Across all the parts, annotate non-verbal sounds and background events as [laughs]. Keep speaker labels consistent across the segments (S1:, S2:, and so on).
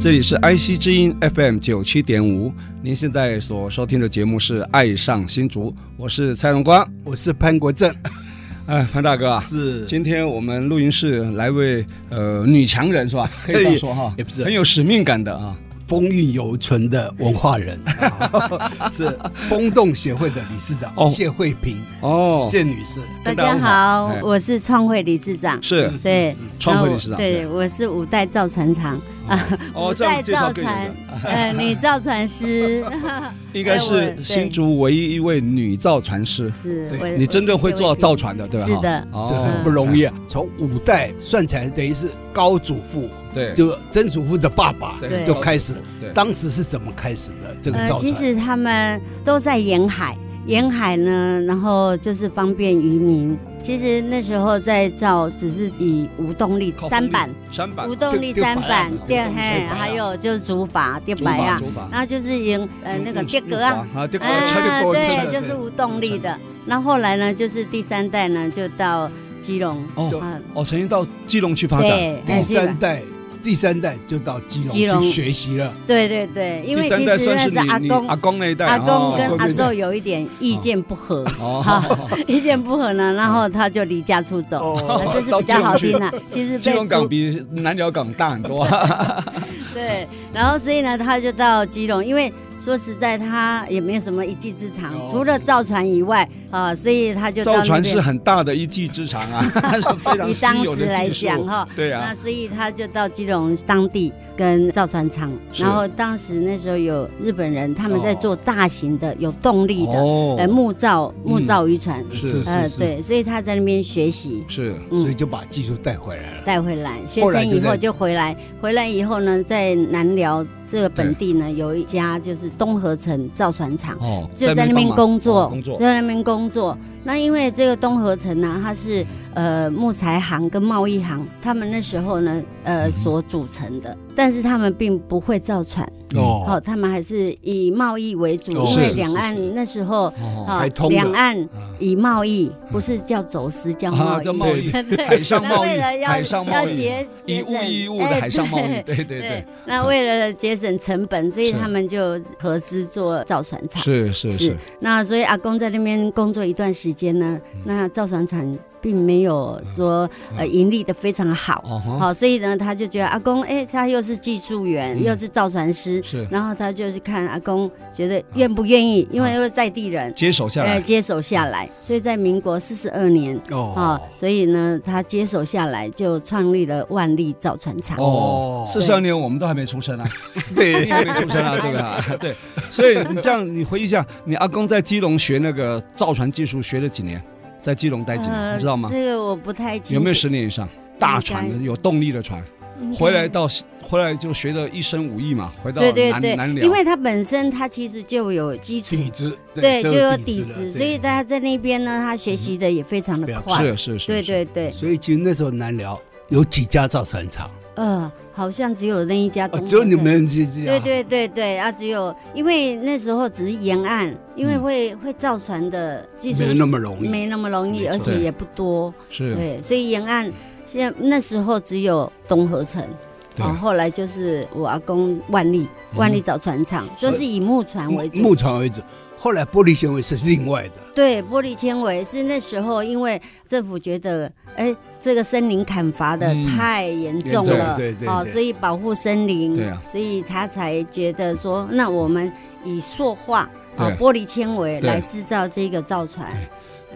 S1: 这里是 IC 之音 FM 九七点五，您现在所收听的节目是《爱上新竹》，我是蔡荣光。
S2: 嗯我是潘
S1: [laughs]
S2: 国正，
S1: 哎，潘大哥啊，
S2: 是
S1: 今天我们录音室来位呃女强人是
S2: [laughs]
S1: 吧？可以这样说哈，
S2: 也不是
S1: 很有使命感的啊。
S2: 风韵犹存的文
S1: [laughs]
S2: 化人，是风动协会的理事长
S1: 哦
S2: 谢慧萍
S1: 哦，
S2: 谢女士，
S3: 大家好，我是创会理事长。
S1: 哎是
S2: 是
S3: 对
S1: 创会理事长哎
S3: 然后对，我是五代造船厂，
S1: 哦，
S3: 五
S1: 这样
S3: 代
S1: 介绍
S3: 造
S1: 更有
S3: 船
S1: 人，
S3: [laughs] 呃，女造
S1: [laughs]
S3: 船师
S1: 应该
S3: 哎我
S1: 是
S3: 对
S1: 新竹唯一一位女造船师。
S3: 是
S2: 对，
S3: 我
S1: 你真的会做造？
S3: 我是
S1: 船的，对吧？
S3: 是
S1: 哈
S3: 的
S1: 哦嗯
S2: 这很不容易啊。从五代算起来，等于是高祖父，
S1: 对，
S2: 就曾祖父的爸爸
S3: 对
S2: 就开始了。
S1: 对
S2: 当时是怎么开始的？这
S3: 谢
S2: 个
S3: 慧萍呃，
S2: 造
S3: 其
S2: 船
S3: 实他们都在沿海，沿海呢，然后就是方便渔民。其实那时时候在造，只是以无动力
S1: 靠
S3: 三
S1: 风力
S3: 板、
S1: 三板
S3: 无动力
S2: 就就
S3: 三
S2: 摆啊
S3: 板
S1: 就、
S3: 电
S2: 就
S3: 嘿，
S2: 摆啊
S3: 还有就是竹筏、电
S1: 竹
S3: 摆
S1: 筏
S3: 啊，
S1: 竹筏
S3: 然后就是沿呃那个
S1: 用
S3: 电格啊，
S1: 用竹筏啊，电格
S2: 拆
S1: 拆
S2: 得过拆
S3: 对，
S2: 得
S3: 就是
S2: 过
S3: 无动力的。那后来呢，就是第三代呢，就到基隆，
S1: 哦
S3: 啊，
S1: 哦，曾经到基隆去发展，
S3: 对，
S2: 第
S3: 哎基隆
S2: 三代，第三代就到基
S3: 基
S2: 隆去
S3: 隆
S2: 学习了。
S3: 对对对，因为
S1: 第三
S3: 其
S1: 代
S3: 实
S1: 算
S3: 那
S1: 是
S3: 是阿
S1: 你你
S3: 公
S1: 阿，公那一代，
S3: 阿公跟
S1: 哦
S3: 阿昼有一点意见
S1: [laughs]
S3: 不合，
S1: 哦，
S3: 意见不合呢，然后他就离家出走，啊
S2: 哦，
S3: 这是比较好听的。其实
S1: 基
S3: 被
S1: 隆港
S3: 逐
S1: 比南寮港大很多，啊
S3: 对，然后所以呢，他就到基隆，因为说实在他也没有什么一技之长
S2: 哦，
S3: 除了造船以外啊，所以他就
S1: 造
S3: 到那
S1: 船是
S3: 边。
S1: 很大的一技之长
S3: [laughs]
S1: 啊，是非常
S3: 以
S1: 稀
S3: 当
S1: 有
S3: 时
S1: 的
S3: 来
S1: 技术
S3: 讲哈，
S1: 对
S3: 那
S1: 啊，
S3: 所以他就到基隆当地跟造船厂，
S1: 是
S3: 然后当时那时候有日本人，他们在做大型的、有动力的、呃
S1: 哦，
S3: 木造木造渔船，
S1: 是
S3: 呃，对，所以他在那边学习，
S1: 是
S2: 所以
S3: 嗯，
S2: 就把技术带回来了。
S3: 带回来，学
S2: 后来
S3: 成
S2: 就
S3: 以
S2: 在
S3: 后就回来，回来以后呢，在南寮这个本地呢，有一家就是东河城造船厂。
S1: 哦，
S3: 就在那边
S1: 帮忙
S3: 工作，
S1: 哦工作
S3: 在那边工作。那因为这个东河城呢，它是呃木材行跟贸易行，他们那时候呢呃所组成的，但是他们并不会造船，
S2: 哦，
S3: 哦，他们还是以贸易为主，
S2: 哦
S3: 因为
S2: 是
S3: 两岸
S2: 是是
S3: 那时候
S1: 哦，
S3: 啊
S2: 还通了
S3: 两岸以贸易不是叫走私，叫
S1: 嗯啊，
S3: 贸
S1: 叫
S3: 易。
S1: 贸易，
S3: [laughs] 对
S1: 海上
S3: 那
S1: 贸
S3: 为
S1: 易，
S3: 了要
S1: 海上贸
S3: 要
S1: 易，
S3: 节
S1: 以
S3: 节
S1: 物
S3: 省
S1: 易物的
S3: 哎
S1: 海上贸易，对对
S3: 对
S1: 对，，
S3: [laughs] 那为了节省成本，所以
S1: 是
S3: 他们就合资做造船厂。
S1: 是是
S3: 是，那所以阿公在那边工作一段时间呢，
S1: 嗯
S3: 那造船厂并没有说呃盈利的非常好，
S1: 哦哈，
S3: 好，所以呢他就觉得阿公哎，他又是技术员，
S1: 嗯
S3: 又是造船师，
S1: 是
S3: 然后他就是看阿公觉得愿不愿意，因为又是在地人，
S1: 接手嗯下
S3: 呃
S1: 来，嗯
S3: 接手下来，所以在民国四十二年。啊
S2: 哦，，
S3: 所以呢，他接手下来就创立了万利造船厂。
S1: 哦
S2: 哦，
S1: 四十二年我们都还没出生啊，
S2: [laughs] 对
S1: 你，还没出生啊，
S2: [laughs]
S1: 对吧？ [laughs] 对，所以你这样，你回忆一下，你阿公在基隆学那个造船技术学了几年？在基隆待几年，你知道吗？
S3: 这个我不太清楚。
S1: 有没有十年以上？大船的
S3: 呃应
S1: 有动力的船，
S3: 应该
S1: 回来到回来就学的一身武艺嘛，回到
S3: 对对
S1: 南
S3: 对
S1: 南，寮，
S3: 因为他本身他其实就有基础，
S2: 底子
S3: 对，就有
S2: 底
S3: 底
S2: 了
S3: 子，
S2: 对
S3: 所以大家在那边呢，他学习的也非常
S2: 对
S3: 的
S2: 啊
S3: 快。
S1: 是是是，
S3: 对
S1: 是
S3: 对对，
S2: 所以其实那时候南寮有几家造船厂，
S3: 呃，好像只有那一家
S2: 哦
S3: 东，
S2: 只有
S3: 方
S2: 你
S3: 在。
S2: 们这这
S3: 对
S2: 样。
S3: 对对对，啊，只有因为那时候只是沿岸，因为
S1: 嗯
S3: 会会造船的技术
S2: 没那么容易，
S3: 没那么容易，
S2: 没错
S3: 而且也不多。
S1: 是，
S3: 对，所以沿岸现在那时候只有东河城，
S1: 对
S3: 哦，后来就是我阿公万利
S1: 嗯
S3: 万利造船厂，就是以木船为主。
S2: 木船为主，后来玻璃纤维是另外的。
S3: 对，玻璃纤维是那时候因为政府觉得，哎，这个森林砍伐的
S1: 嗯
S3: 太严
S1: 严
S3: 重
S1: 重
S3: 了，
S2: 对对
S3: 哦，
S2: 对
S3: 所以保护森林，
S1: 对啊
S3: 所以他才觉得说，那我们以塑化。哦
S1: 对，
S3: 玻璃纤维
S1: 对
S3: 来制造这个造船。嗯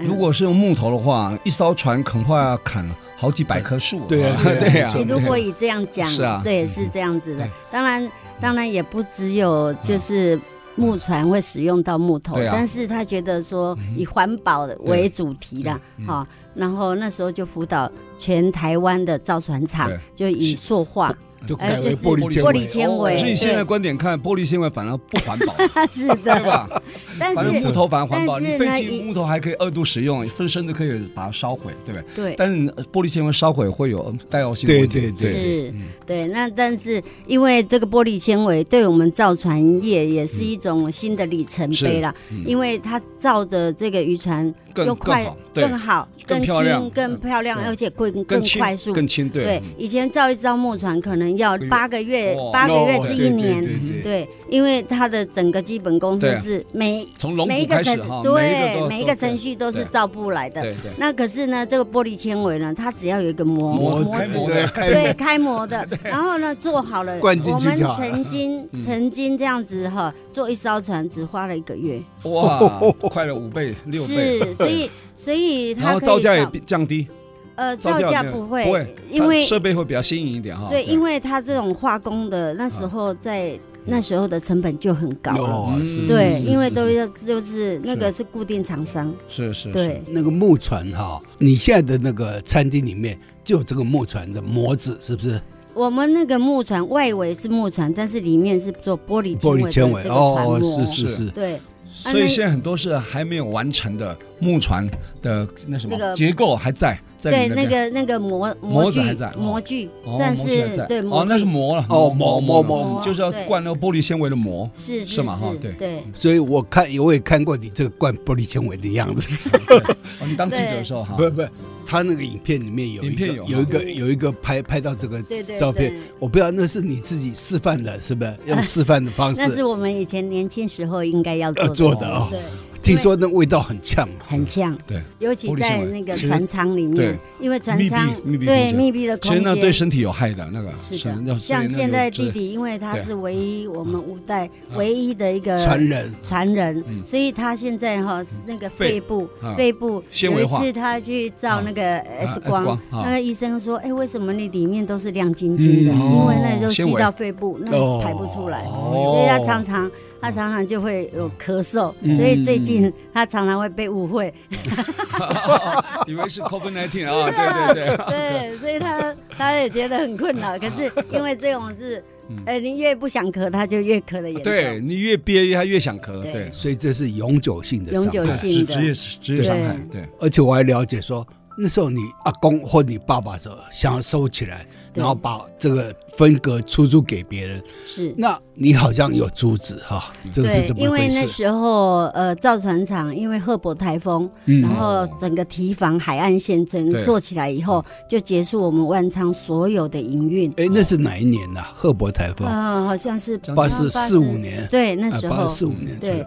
S1: 如果是用木头的话，一艘船恐怕要砍好几百棵树啊，
S2: 对啊对
S1: [laughs]
S2: 啊
S1: 对呀
S2: 没，错
S3: 你如果以这样讲
S1: 是啊，
S3: 对，是这样子的
S1: 对。
S3: 当然，当然也不只有就是木船会使用到木头，
S1: 对啊
S3: 但是他觉得说以环保为主题啦，哈、然后那时候就辅导全台湾的造船厂
S1: 对，
S3: 就以塑化，
S2: 就
S3: 哎
S2: 改为
S3: 就是
S2: 玻璃纤
S3: 玻璃
S2: 维。
S3: 纤维，
S1: 哦所以现在
S3: 对，
S1: 观点看，玻璃纤维反而不环
S3: [laughs]
S1: 保，
S3: 是
S1: [laughs] 对
S3: 的，
S1: 吧？
S3: 但
S1: 反正
S3: 是
S1: 木头反而环保，
S3: 但
S1: 你
S3: 是呢
S1: 废弃
S3: 一
S1: 木头还可以二度使用，分身都可以把它烧毁，对不对？
S3: 对。
S1: 但是呃玻璃纤维烧毁会有呃带药性的
S2: 对
S1: 问题
S2: 对对，
S3: 是，
S1: 嗯
S3: 对，那但是因为这个玻璃纤维对我们造船业也是一种新的里程碑啦，因为它造的这个渔船又
S1: 嗯更
S3: 快
S1: 更好、对更
S3: 更好、
S1: 漂亮嗯
S3: 轻、更漂亮，
S1: 对
S3: 而且更
S1: 更
S3: 更
S1: 轻
S3: 快速。
S1: 更轻
S3: 对
S1: 对，，嗯
S3: 以前造一艘木船可能要
S1: 个月
S3: 八个月
S1: 哇，
S3: 八个月至一
S2: 对
S3: 年。
S2: 对对对
S3: 对，因为它的整个基本功
S1: 对
S3: 就
S1: 啊
S3: 是每
S1: 从龙
S3: 每一
S1: 骨
S3: 个
S1: 开
S3: 程
S1: 始哈，
S3: 对
S1: 每
S3: 每
S1: 一
S3: 一
S1: 个
S3: 个
S1: 都
S3: 程序都是
S1: 对
S3: 照步来的。
S1: 对
S2: [laughs]
S1: 对，
S3: 那可是呢，这个玻璃纤维呢，它只要有一个膜
S2: 模
S3: 膜
S2: 子
S3: 子，
S2: 哦对
S3: 对，
S2: 开
S3: 开模
S2: [laughs]
S3: 的。然后呢，做好了。
S2: 灌进
S3: 我
S2: 去
S3: 们
S2: 就好了嗯
S3: 曾经曾经这样子哈，做一艘船只花了一个月，
S1: 哇，快了五倍六倍， [laughs]
S2: [laughs]
S3: 是，所以所以
S1: 然
S3: 它
S1: 后
S3: 可
S1: 造
S3: 以
S1: 价也
S3: 造
S1: 比降低，
S3: 呃
S1: 造
S3: 造价
S1: 没有
S3: 不
S1: 不
S3: 会
S1: 会，，
S3: 因
S1: 它
S3: 为
S1: 设备会比较新颖一点哈。
S3: 对，因为它这种化工的那时候在那时候的成本就很高了，
S2: 哦
S1: 嗯
S2: 是
S3: 对
S2: 啊是，是
S3: 因为都
S2: 是
S3: 要就是那个是固定厂商，
S1: 是是，是
S3: 对，
S2: 那个木船哈，你现在的那个餐厅里面就有这个木船的模子，是不是？
S3: 我们那个木船外围是木船，但是里面是做玻璃纤
S2: 玻
S3: 维
S2: 璃
S3: 的
S2: 纤维
S3: 这个船
S2: 哦
S3: 模，，
S2: 是是是，
S3: 对，
S1: 所以现在很多是还没有完成的木船的那什
S3: 那
S1: 么
S3: 个
S1: 结构还在在
S3: 对，
S1: 你
S3: 那
S1: 边，
S3: 个那个模
S1: 模子
S3: 具
S1: 还在哦
S3: 模具
S1: 哦
S3: 算
S1: 模具还
S3: 是
S1: 在
S3: 对模
S1: 哦，那是
S3: 具
S1: 膜了
S2: 哦
S1: 膜
S2: 膜膜
S1: 膜，
S3: 膜
S1: 就是要
S3: 对
S1: 灌那个玻璃纤维的膜，
S3: 是
S1: 是嘛哈
S3: 是
S1: 对嗯
S3: 对
S2: 所以我看我也看过你这个灌玻璃纤维的样子，
S1: 哦，你当记者的时候哈，
S2: 不不，他那个影片里面有一
S1: 影
S2: 个
S1: 片有哈哦
S2: 一个有一个拍拍到这个
S3: 对对
S2: 照片
S3: 对，
S2: 我不知道那是你自己示范的，是不
S3: [laughs]
S2: 是？用示范的方
S3: 那是
S2: 式，
S3: 我们以前年轻时候应该要做
S2: 要做的
S3: 事
S1: [laughs]
S2: 哦
S3: 对，
S2: 听说那味道很呛，
S3: 很呛，
S1: 对，
S3: 尤其在那个船舱里
S1: 对
S3: 面，因为船舱
S1: 密闭密闭空
S3: 对
S1: 间
S3: 密闭的
S1: 其实
S3: 空
S1: 那对
S3: 间。
S1: 身体有害的那个，要所
S3: 是的，
S1: 以那
S3: 像
S1: 个
S3: 现在
S1: 就是
S3: 弟弟，因为他
S1: 对嗯
S3: 是唯一我们五代唯一的一个
S2: 传人
S3: 传人，
S1: 嗯
S3: 所以他现在哈、那个
S1: 肺
S3: 肺部
S1: 啊
S3: 肺部
S1: 纤维化
S3: 有一次他去照那个呃 X 光，
S1: X 光啊
S3: 那个医生说：“哎、为什么你里面都是亮晶晶的？
S2: 嗯
S3: 因为那就
S1: 纤
S3: 吸
S1: 维
S3: 到肺部，那
S2: 哦
S3: 排不出来，
S1: 哦
S3: 所以他常常。”他常常就会有咳嗽，
S1: 嗯
S3: 所以最近他常常会被误会，
S1: [laughs] 以为是 COVID 19啊，对对
S3: [laughs]
S1: 对，
S3: 对，所以他他也觉得很困扰。可是因为这种是，呃，你越不想咳，他就越咳的严重。
S1: 对你越憋他越想咳，
S3: 对
S1: 对，
S2: 所以这是永久性的
S3: 永
S2: 伤
S3: 久
S2: 害。
S1: 职
S3: 性的
S1: 职业职业伤害，对，
S2: 而且我还了解说，那时候你阿公或你爸爸的时候想要收起来，
S3: 对
S2: 然后把这个分隔出租给别人，
S3: 是。
S2: 那你好像有阻止哈，这个是
S3: 对
S2: 怎，么
S3: 因为
S2: 回
S3: 那
S2: 事？
S3: 时候呃，造船厂因为赫伯台风，
S2: 嗯
S3: 然后
S1: 哦
S3: 整个提防海岸线整
S1: 对
S3: 做起来以后，就结束我们万昌所有的营运。
S2: 哎，那是哪一年呐、赫伯台风，
S3: 啊，好像是
S1: 将近
S2: 八四四五，年，哎啊
S3: 对，那时
S2: 八
S3: 候
S2: 四五年，
S3: 对。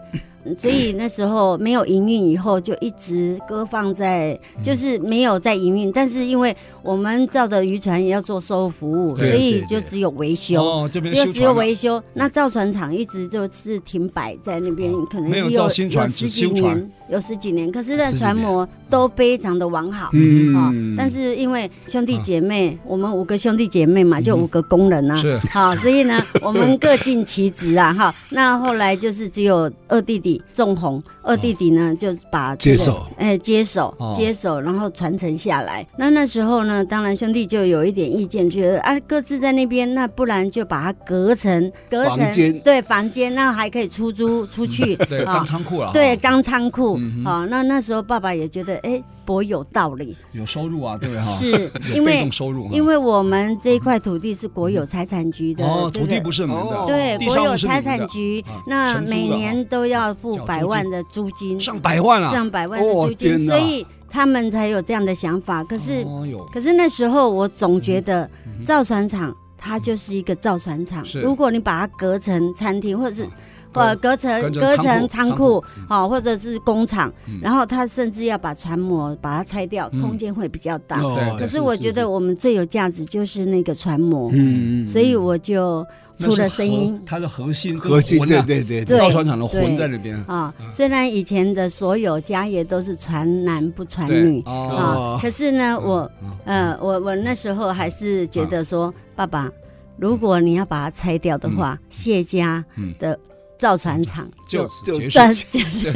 S3: 所以那时候没有营运，以后就一直搁放在，就是没有在营运。但是因为我们造的渔船也要做售后服务，所
S2: 对
S3: 以
S2: 对
S3: 就
S2: 对
S3: 只有维修，
S1: 哦，这边
S3: 就
S1: 修
S3: 只有
S1: 船了
S3: 维修。那造船厂一直就是停摆在那边，可能
S1: 哦没有
S3: 有
S1: 造新船
S3: 有十
S1: 只
S3: 几
S1: 修船
S3: 年，有十几年。可是那
S2: 十几
S3: 船
S2: 年
S3: 模都非常的完好，
S1: 嗯
S3: 啊、但是因为兄
S1: 啊
S3: 弟姐妹，我们五个兄弟姐妹嘛，就五个工人啊，
S1: 嗯是
S3: 好、所以
S1: [laughs]
S3: 呢，我们各尽其职啊，哈。那后来就是只有二弟弟仲红，二弟弟呢、就把这个
S2: 接手，
S3: 哎，接手
S1: 哦，
S3: 接手，然后传承下来。那那时候呢，当然兄弟就有一点意见，觉得啊，各自在那边，那不然就把它隔成隔成
S2: 房间
S3: 对房间，那还可以
S1: [laughs]
S3: 出租出去，
S1: [laughs] 对
S3: 啊
S1: 当仓库了，
S3: 对，，当仓库
S1: 嗯哼，
S3: 好、那那时候爸爸也觉得，哎，颇有道理，
S1: 有收入啊，对不对哈？
S3: 是
S1: [laughs] 有
S3: 因
S1: 被
S3: 为
S1: 动收入啊，
S3: 因为我们这一块土地是国有财产局的，
S1: 哦，
S3: 这
S1: 土地
S3: 个
S1: 不是民的，
S3: 对
S1: 地
S3: 国
S1: 上
S3: 有
S1: 不是
S3: 财
S1: 民的
S3: 产局
S1: 啊，
S3: 那
S1: 承租的
S3: 每
S1: 哈
S3: 年都要付
S1: 缴
S3: 百
S1: 租
S3: 万的租金，
S1: 上百万啊，
S3: 上百万的租
S2: 哦
S3: 金，
S2: 天哪
S3: 所以他们才有这样的想法。可是
S1: 哦哟
S3: 可是那时候我总觉得造船厂它就是一个造船厂
S1: 是，啊
S3: 如果你把它隔成餐厅或者是。
S1: 隔
S3: 呃，隔成
S1: 隔成
S3: 隔
S1: 仓库
S3: 成仓
S1: 仓
S3: 库
S1: 库，
S3: 哦，或者是工厂
S1: 嗯，
S3: 然后它甚至要把船模把它拆掉，
S1: 嗯
S3: 空间会比较大。
S2: 哦
S1: 对
S3: 可是我觉得，我们最有价值就是那个船模，
S2: 嗯，
S3: 所以我就
S1: 那
S3: 出
S1: 是
S3: 了声
S1: 核
S3: 音
S1: 它的核心跟
S2: 核心
S1: 魂
S2: 对
S1: 啊
S2: 对对
S3: 对
S1: 造船厂的魂
S3: 对
S1: 在那边，
S3: 啊。虽然以前的所有家业都是传男不传
S1: 对
S3: 女
S1: 哦，
S3: 啊，可是呢，我
S1: 嗯
S3: 呃，我我那时候还是觉
S1: 嗯
S3: 得说，爸爸，如果你要把它拆掉的话，谢家的。造船厂 [laughs]
S1: 就
S2: 就
S1: 结束 [laughs]
S3: 断，就是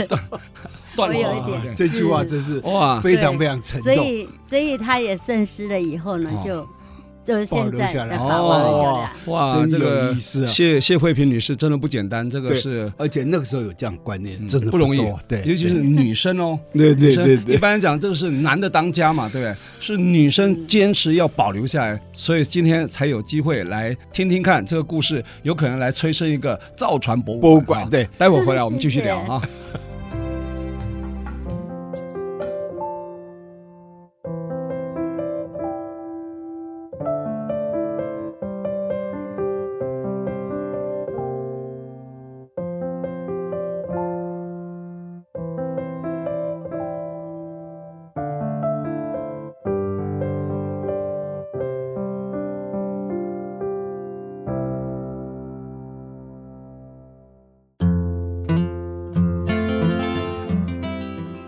S1: 断
S3: 我有
S1: 网啊
S3: 一点
S2: 这句话
S3: 是
S2: 真是
S1: 哇，
S2: 非常非常沉
S3: 所
S2: 重。
S3: 以所以他也慎思了以后呢
S1: 哦，
S3: 就就现
S2: 保
S3: 在
S2: 留下来
S3: 要把握下
S2: 哦
S3: 来。
S1: 哇，
S2: 真
S1: 这
S2: 有
S1: 个
S2: 意思啊
S1: 谢谢慧萍女士真的不简单，这个
S2: 对
S1: 是
S2: 而且那个时候有这样观念
S1: 嗯，
S2: 真的
S1: 不容易
S2: 多，对，
S1: 尤其是女生哦。
S2: 对对
S1: 女
S2: 对
S1: 生一
S2: 对，
S1: 般讲，这个是男的当家嘛，对不对？是女生坚持要保留下来，所以今天才有机会来听听看这个故事，有可能来催生一个造船博物
S2: 博物
S1: 啊
S2: 馆对
S1: 待会儿回来我们继续聊
S3: [laughs] 谢谢
S1: 啊。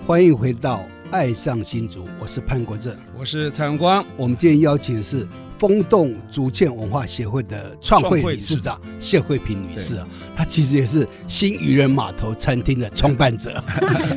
S2: 欢迎回到《爱上新竹》，我是潘国正。
S1: 我是蔡荣光，
S2: 我们今天邀请的是风洞竹堑文化协会的创会理事长谢慧萍女士啊，她其实也是新渔人码头餐厅的创办
S1: [laughs]
S2: 者。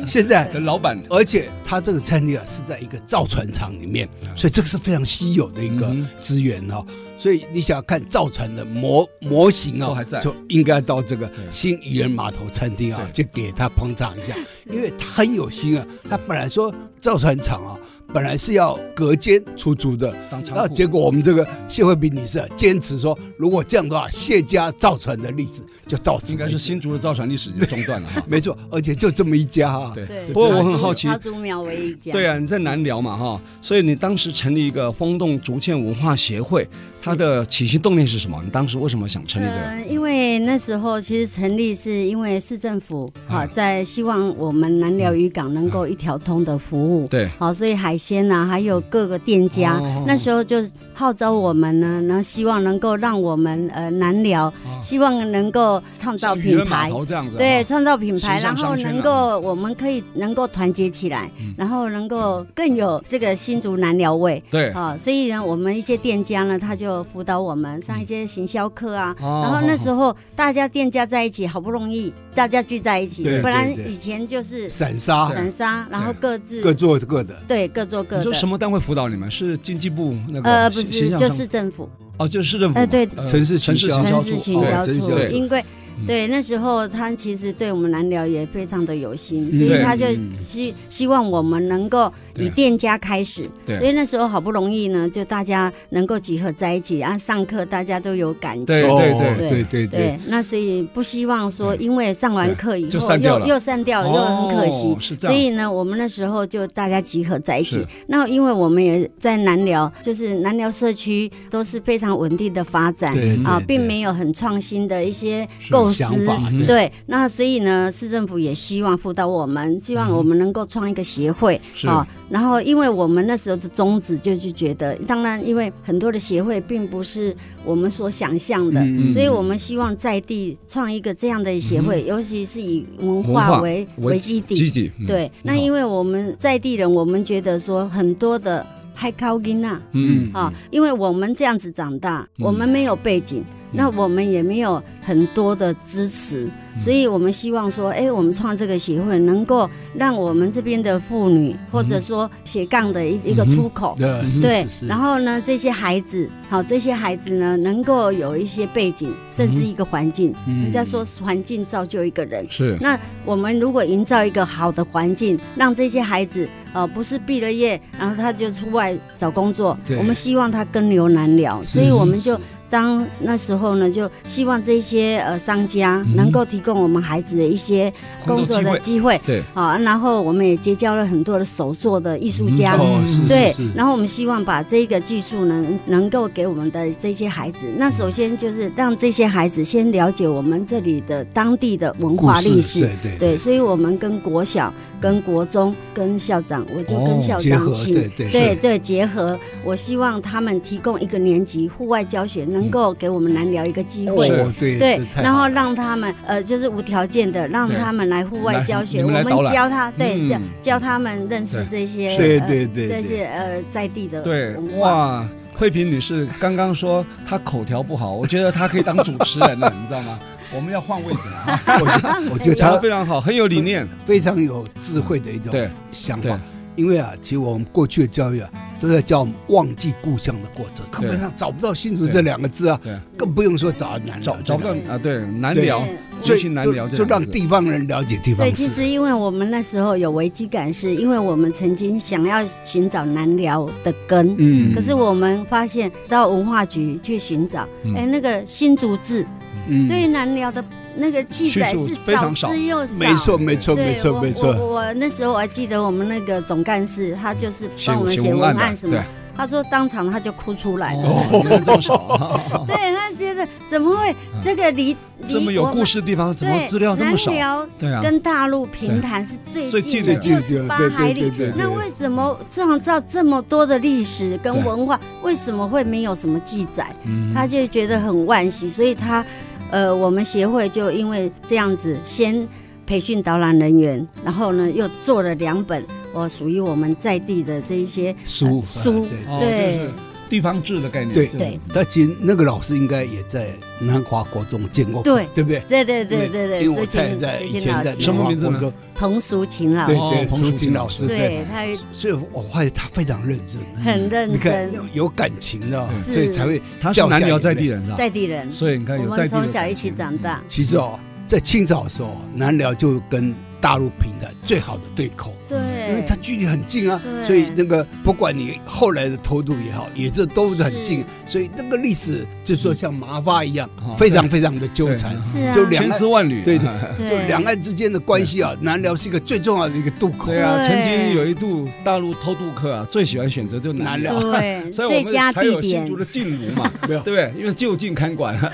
S2: 现在，
S1: 的老板
S2: 而且她这个餐厅啊是在一个造船厂里面，所以这个是非常稀有的一个
S1: 嗯
S2: 资源哦。所以你想要看造船的模模型啊、
S1: 都还在
S2: 就应该到这个
S1: 对
S2: 新渔人码头餐厅啊，去给他捧场一下，因为他很有心啊。他本来说造船厂啊，本来是要隔间出租的，
S1: 当仓库
S2: 那结果我们这个谢惠萍女士啊，坚持说，如果这样的话，谢家造船的历史就到此
S1: 应该
S2: 为
S1: 是
S2: 止
S1: 新竹的造船历史已经中断了哈。
S2: 没错，而且就这么一家啊，
S1: [laughs] 哦对
S3: 对，
S1: 不过我很
S3: 是
S1: 好奇
S3: 花竹苗为一家，
S1: 对啊，你在南寮嘛哈，所以你当时成立一个风洞竹堑文化协会，它的起心动念是什么？你当时为什么想成立这个？
S3: 嗯，因为那时候其实成立是因为市政府
S1: 啊
S3: 啊，在希望我们南寮渔港能
S1: 嗯
S3: 够一条通的服务。
S1: 对，
S3: 好，所以海鲜呐、还有各个店家，
S1: 哦
S3: 那时候就号召我们呢，然后希望能够让我们呃南寮，
S1: 哦
S3: 希望能够创造
S1: 像渔
S3: 品
S1: 人码
S3: 牌，
S1: 头这样子啊，
S3: 对，创造品牌，
S1: 形象
S3: 然后
S1: 商圈啊
S3: 能够我们可以能够团结起来，
S1: 嗯
S3: 然后能够更有这个新竹南寮味。
S1: 对，
S3: 啊，所以呢，我们一些店家呢，他就辅导我们上一些行销课啊。
S1: 哦
S3: 然后那时候大家店家在一起，好不容易大家聚在一起
S2: 对，
S3: 不然
S2: 对对
S3: 以前就是
S2: 散沙
S3: 散沙，然后各自
S2: 各做各的。
S3: 对各做各
S1: 你说
S3: 的。
S1: 什么单位辅导你们？是经济部那个？
S3: 呃，不
S1: 形
S3: 是，
S1: 象
S3: 就
S1: 上
S3: 是政府
S1: 哦，就是市政府嘛。
S3: 呃对
S1: 呃
S2: 城市
S1: 城市
S2: 行
S1: 行销
S2: 销
S3: 城市
S2: 处
S3: 行
S2: 哦
S3: 销
S2: 城市
S3: 处
S2: 行销，
S1: 处
S3: 因为
S1: 嗯
S3: 对那时候他其实对我们南寮也非常的有心，所
S1: 对
S3: 以他就
S1: 嗯
S3: 希希望我们能够
S1: 对
S3: 以店家开始，
S1: 对
S3: 所以那时候好不容易呢，就大家能够集合在一起，啊，上课大家都有感情，
S1: 对对
S2: 哦
S1: 嗯
S2: 对对对
S3: 对，那所以不希望说，因为上完课以
S1: 就
S3: 后
S1: 散掉
S3: 又
S1: 了
S3: 又散掉了，
S1: 哦
S3: 又很可惜。
S1: 是这
S3: 所
S1: 样
S3: 以呢，我们那时候就大家集合在一起
S1: 是。
S3: 那因为我们也在南寮，就是南寮社区都是非常稳定的发展
S2: 对
S3: 啊，
S2: 对
S3: 并
S2: 对
S3: 没有很创新的一些构思
S2: 想。法，
S1: 嗯
S3: 对，那所以呢，市政府也希望辅导我们，希望我们能够创一个协会
S1: 嗯
S3: 哦
S1: 是
S3: 然后，因为我们那时候的宗旨就是觉得，当然，因为很多的协会并不是我们所想象的，
S1: 嗯嗯
S3: 所以我们希望在地创一个这样的协会，尤其是以文
S1: 文化
S3: 化为
S1: 为
S3: 为
S1: 积
S3: 基底。
S1: 极。嗯，
S3: 对，那因为我们在地人，我们觉得说很多的海靠音呐
S1: 嗯，
S3: 啊，因为我们这样子长大，
S1: 嗯
S3: 我们没有背景，
S2: 嗯
S3: 那我们也没有很多的支持，
S2: 嗯
S3: 所以我们希望说，哎，我们创这个协会能够让我们这边的妇女，或者说斜杠的
S2: 嗯
S3: 一一个出口，
S2: 对嗯是
S3: 对
S2: 是，是
S3: 然后呢，这些孩子，好，这些孩子呢，能够有一些背景，甚
S2: 嗯
S3: 至一个环境。人家说环境造就一个人。
S1: 是
S3: 那我们如果营造一个好的环境，让这些孩子，呃，不是毕了业，然后他就出外找工作
S2: 对，
S3: 我们希望他跟流难了，
S2: 是
S3: 所以我们
S2: 是
S3: 就是当那时候呢，就希望这些呃商家能够提供我们孩子的一些工作的机会，
S1: 对，
S3: 好，然后我们也结交了很多的手作的艺术家，
S2: 哦是是
S3: 嗯对
S2: 是，
S3: 然后我们希望把这个技术呢，能够给我们的这些孩子。那首先就是让这些孩子先了解我们这里的当地的文
S2: 故
S3: 化历史。
S2: 对对
S3: 对，所以我们跟国小、跟国中、跟校长，我就
S1: 哦
S3: 跟校
S2: 结合
S3: 长请、
S2: 对对
S3: 对对，结合，我希望他们提供一个年级户外教学，
S2: 嗯
S3: 能够给我们南寮一个机会。
S2: 哦对
S3: 对
S2: 这，太
S3: 然
S2: 好
S3: 后
S2: 了
S3: 让他们呃，就是无条件的让
S1: 对
S3: 他们来户
S1: 来
S3: 外教学，
S1: 你
S3: 我
S1: 们来
S3: 们
S1: 导览
S3: 教他对
S1: 嗯
S3: 教教他们认识这些
S2: 对
S3: 呃
S2: 对对对
S3: 这些呃在地的
S1: [laughs] 对
S3: 文，化
S1: 哇，慧萍女士刚刚说她口条不好，我觉得她可以当主持人了，你知道吗？ [laughs] 我们要换位置了啊。
S2: [laughs] 我我觉得
S1: 讲
S2: [laughs]
S1: 的
S2: 他
S1: 非常好，很有理念。
S2: 非常有智慧的一种
S1: 对
S2: 想
S1: 对
S2: 法。因为啊，其实我们过去的教育啊，都在教我们忘记故乡的过程，课
S1: 对
S2: 本上找不到“新竹”
S1: 对
S2: 这两个字啊，
S1: 对，
S2: 更不用说找南
S1: 找
S2: 寮
S1: 找不到
S2: 这
S1: 啊，对，难
S2: 对
S1: 聊，
S2: 个
S1: 尤
S2: 所
S1: 其
S2: 以
S1: 难
S2: 就
S1: 聊这
S2: 就
S1: 两
S2: 让
S1: 个字
S2: 地方人了解地方
S3: 对，
S2: 事。
S3: 其实因为我们那时候有危机感，是因为我们曾经想要寻找南寮的根，
S1: 嗯
S3: 可是我们发现到文化局去寻找，
S1: 嗯
S3: 哎、那个新竹字
S2: 嗯
S3: 对南寮的那个记载
S1: 叙述
S3: 是
S1: 非常少
S3: 之又少，
S2: 没错，没错，
S3: 对
S2: 没错，
S3: 我
S2: 没错。嗯
S3: 我我那时候我还记得我们那个总干事，他就是帮我们写
S1: 文
S2: 啊
S3: 文案
S1: 的，
S3: 什么
S1: 对，，
S3: 他说当场他就哭出来了。
S1: 哦，原来这么少 [laughs] 啊，
S3: [laughs] 对他觉得怎么会
S2: 嗯
S3: 这个离离
S1: 这么有
S3: 我们
S1: 故事的地方，怎么
S3: 对
S1: 资料这么少
S3: 南？寮
S1: 对啊，
S3: 跟大陆平潭是最
S1: 最
S3: 近
S1: 近
S3: 的，
S1: 的
S3: 六十八
S2: 对对
S3: 海
S2: 对
S3: 里
S2: 对对。
S3: 那为什么创造这么多的历史跟文化，为什么会没有什么记载？
S1: 嗯
S3: 他就觉得很惋惜，所以他，呃，我们协会就因为这样子，先培训导览人员，然后呢又做了两本我属于我们在地的这一些
S2: 书
S3: 呃书
S1: 哦
S2: 啊对
S3: 对
S1: 就是地方志的概念，
S2: 对
S1: 就是
S3: 对
S2: 他其实那个老师应该也在南华国中见过，
S3: 对
S2: 对不对？
S3: 对对对对对，
S2: 因为我
S3: 苏
S2: 太太
S3: 秦
S2: 在以
S3: 苏秦
S2: 前
S3: 老
S2: 在
S3: 师
S1: 什，么
S2: 南华
S1: 名字呢
S2: 国中，
S3: 彭淑琴老
S2: 对
S3: 师，
S1: 哦
S2: 对，
S1: 彭
S2: 苏
S1: 淑琴
S2: 琴
S1: 老
S2: 老
S1: 师
S2: 师，对，
S3: 他
S2: 所以我发现他非常认真，
S3: 很认
S2: 你看
S3: 真，
S2: 有感情的，
S3: 是
S2: 所以才会。
S1: 他是南寮在地人是吧？
S3: 在地人，
S1: 所以你看
S3: 我
S1: 有在
S3: 们
S1: 地的
S3: 从小一起
S1: 感
S3: 长
S1: 情
S3: 大，
S2: 其实哦，在清朝的时候，南寮就跟大陆平台最好的对口，
S3: 对，
S2: 因为它距离很近啊，
S3: 对
S2: 所以那个不管你后来的偷渡也好，也是都是很近，所以那个历史就说像麻花一样，
S1: 嗯哦
S2: 非常非常的纠缠
S1: 对。
S3: 是啊，
S2: 就两
S1: 千丝万缕，
S2: 对对
S3: 对
S2: 就两岸之间的关系啊，南寮是一个最重要的一个渡口。
S1: 对啊，
S3: 对
S1: 曾经有一度大陆偷渡客啊，最喜欢选择就南寮，
S3: 对
S1: 所以我
S3: 最
S1: 们
S3: 佳
S1: 才有
S3: 地
S1: 新
S3: 点
S1: 竹的禁儒嘛， [laughs]
S2: 没
S1: 对
S2: 有
S1: 不对？因为就近看管，啊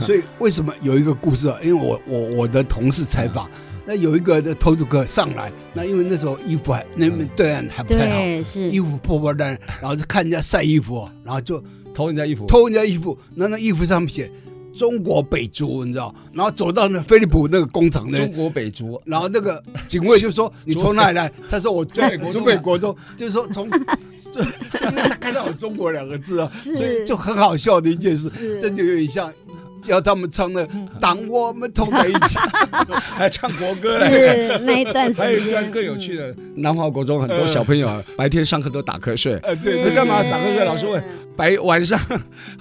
S2: 所以为什么有一个故事啊？因为我我我的同事采访，那有一个的偷渡客上来，那因为那时候衣服还那边对岸还不太好，
S3: 对是
S2: 衣服破破烂烂，然后就看人家晒衣服啊，然后就
S1: [laughs] 偷人家衣服，
S2: 偷人家衣服，那那衣服上面写中国北族，你知道？然后走到那飞利浦那个工厂那
S1: 中，国北啊族，
S2: [laughs] 然后那个警卫就说：“你从哪里来？”他说：“我
S1: 中美国中啊
S2: 中美国中，就是说从。”就就因为他看到有“中国”两个字啊，
S3: 是
S2: 所以就很好笑的一件事，
S3: 是
S2: 这就有点像叫他们唱的“党我们同在一起，
S1: 还唱国歌嘞。
S3: 是那一段时间，
S1: 还有一段更有趣的，南华国中很多小朋友啊白天上课都打瞌睡”，
S2: 呃，
S3: 嗯，
S2: 对
S1: 这
S2: 对，
S1: 干嘛打瞌睡老师问白晚上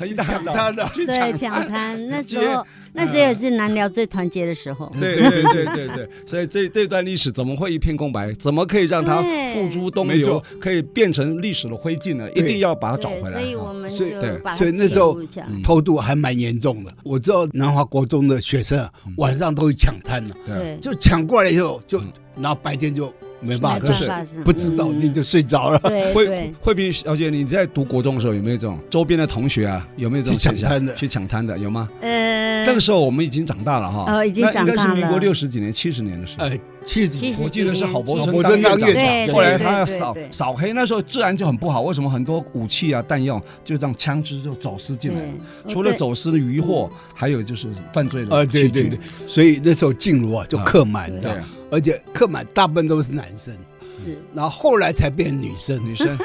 S1: 一大
S2: 抢
S1: 早
S2: 他的，
S1: 去抢
S3: 对，抢滩那时
S1: 街
S3: 候，那时候也是南寮最团结的时候。
S1: 对对对对对， [laughs] 所以这这段历史怎么会一片空白？怎么可以让它
S3: 对
S1: 付诸东
S2: 没
S1: 流
S2: 错，
S1: 可以变成历史的灰烬呢？一
S2: 对
S1: 定要把它找
S3: 对，
S1: 回来
S3: 所
S1: 啊。
S3: 以我们
S2: 所以
S3: 就
S1: 对
S3: 把它
S2: 所以那时候
S3: 记录下来
S1: 嗯
S2: 偷渡还蛮严重的。我知道南华国中的学生啊晚上都去抢滩了，
S1: 啊
S3: 对，
S2: 就抢过来以后就
S1: 嗯，
S2: 然后白天就没
S3: 没
S2: 办法
S1: 就
S2: 喝
S3: 办
S1: 是
S2: 水，
S3: 法上
S2: 不知道
S3: 嗯
S2: 你就睡着了，
S1: [laughs]
S3: 对
S1: 惠
S3: 对
S1: 惠萍小姐，你在读国中的时候有没有这种周边的同学啊？有没有这
S2: 去
S1: 种
S2: 抢
S1: 现象
S2: 滩的。
S1: 去抢滩的有吗？
S3: 呃
S1: 那个时候我们已经长大了哈，
S3: 呃已经
S1: 那应该
S3: 长
S1: 是
S3: 大
S1: 民国
S3: 了
S1: 六十几年、七十年的事。
S2: 呃，妻子
S3: 其实
S1: 我记得是郝柏
S3: 其实
S1: 村
S2: 郝柏村
S1: 当
S2: 当
S1: 院长
S2: 院长，
S3: 对
S1: 后来
S3: 对
S1: 他要
S3: 对
S1: 扫
S3: 对
S1: 扫黑，那时候治安就很不好。为什么很多武器啊、弹药就这样枪支就走私进来了？
S3: 对
S1: 除了
S3: 对
S1: 走私的渔获，还有就是犯罪的
S2: 呃，对
S1: 器
S2: 对
S1: 具
S2: 对，所以那时候进入啊就客满
S3: 啊
S1: 对
S2: 的，
S1: 啊，
S2: 而且客满大部分都是男生，
S3: 是，
S2: 然后后来才变女生。
S1: 女
S3: [laughs]
S1: 生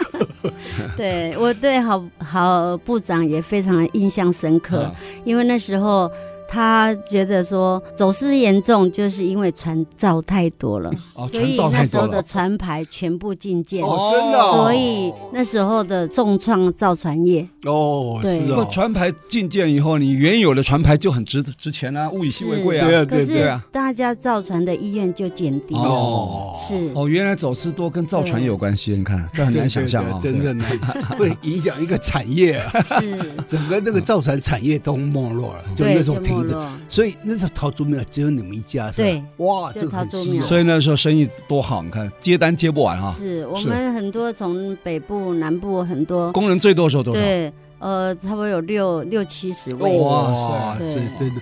S3: 对我对郝郝部长也非常印象深刻
S1: 啊，
S3: 因为那时候。他觉得说走私严重，就是因为船造太多了，
S1: 哦
S3: 所
S1: 船
S3: 以
S1: 造
S3: 那
S1: 太
S3: 时
S1: 多
S3: 候
S1: 了
S3: 的船牌全部禁见，
S2: 哦，真的哦，
S3: 所以那时候的重创造船业，
S2: 哦
S3: 对
S2: 是
S1: 不过
S2: 哦，
S1: 船牌进舰以后，你原有的船牌就很值值钱啊，物以稀为贵啊。
S2: 对啊
S3: 可
S2: 对
S1: 对
S3: 是
S1: 啊
S3: 大家造船的意愿就减低了，
S1: 哦
S3: 是
S1: 哦，原来走私多跟造船有关系，你看这很
S2: 对
S1: 难想
S2: 对
S1: 象
S2: 嗯对
S1: 啊。
S2: 真的难， [laughs] 会影响一个产业啊，
S1: [laughs]
S3: 是，
S2: 整个
S1: 嗯
S2: 那个造船产业都没落了，就那
S3: 对，
S2: 时
S3: 就
S2: 候停
S3: 没
S2: 止。
S3: 落，
S2: 所以那时候桃竹苗只有你们一家是吧？
S3: 对，
S2: 哇，
S3: 就
S2: 这个很
S3: 桃竹
S2: 稀
S3: 苗
S2: 有
S3: 对
S1: 所以那时候生意多好，你看接单接不完啊。
S3: 是我
S1: 是
S3: 们很多从北部、南部很多，
S1: 工人最多的时候多少？
S3: 对，呃，差不多有六六七十位，
S1: 哇
S2: 哇
S1: 塞
S2: 是
S3: 对
S2: 真的，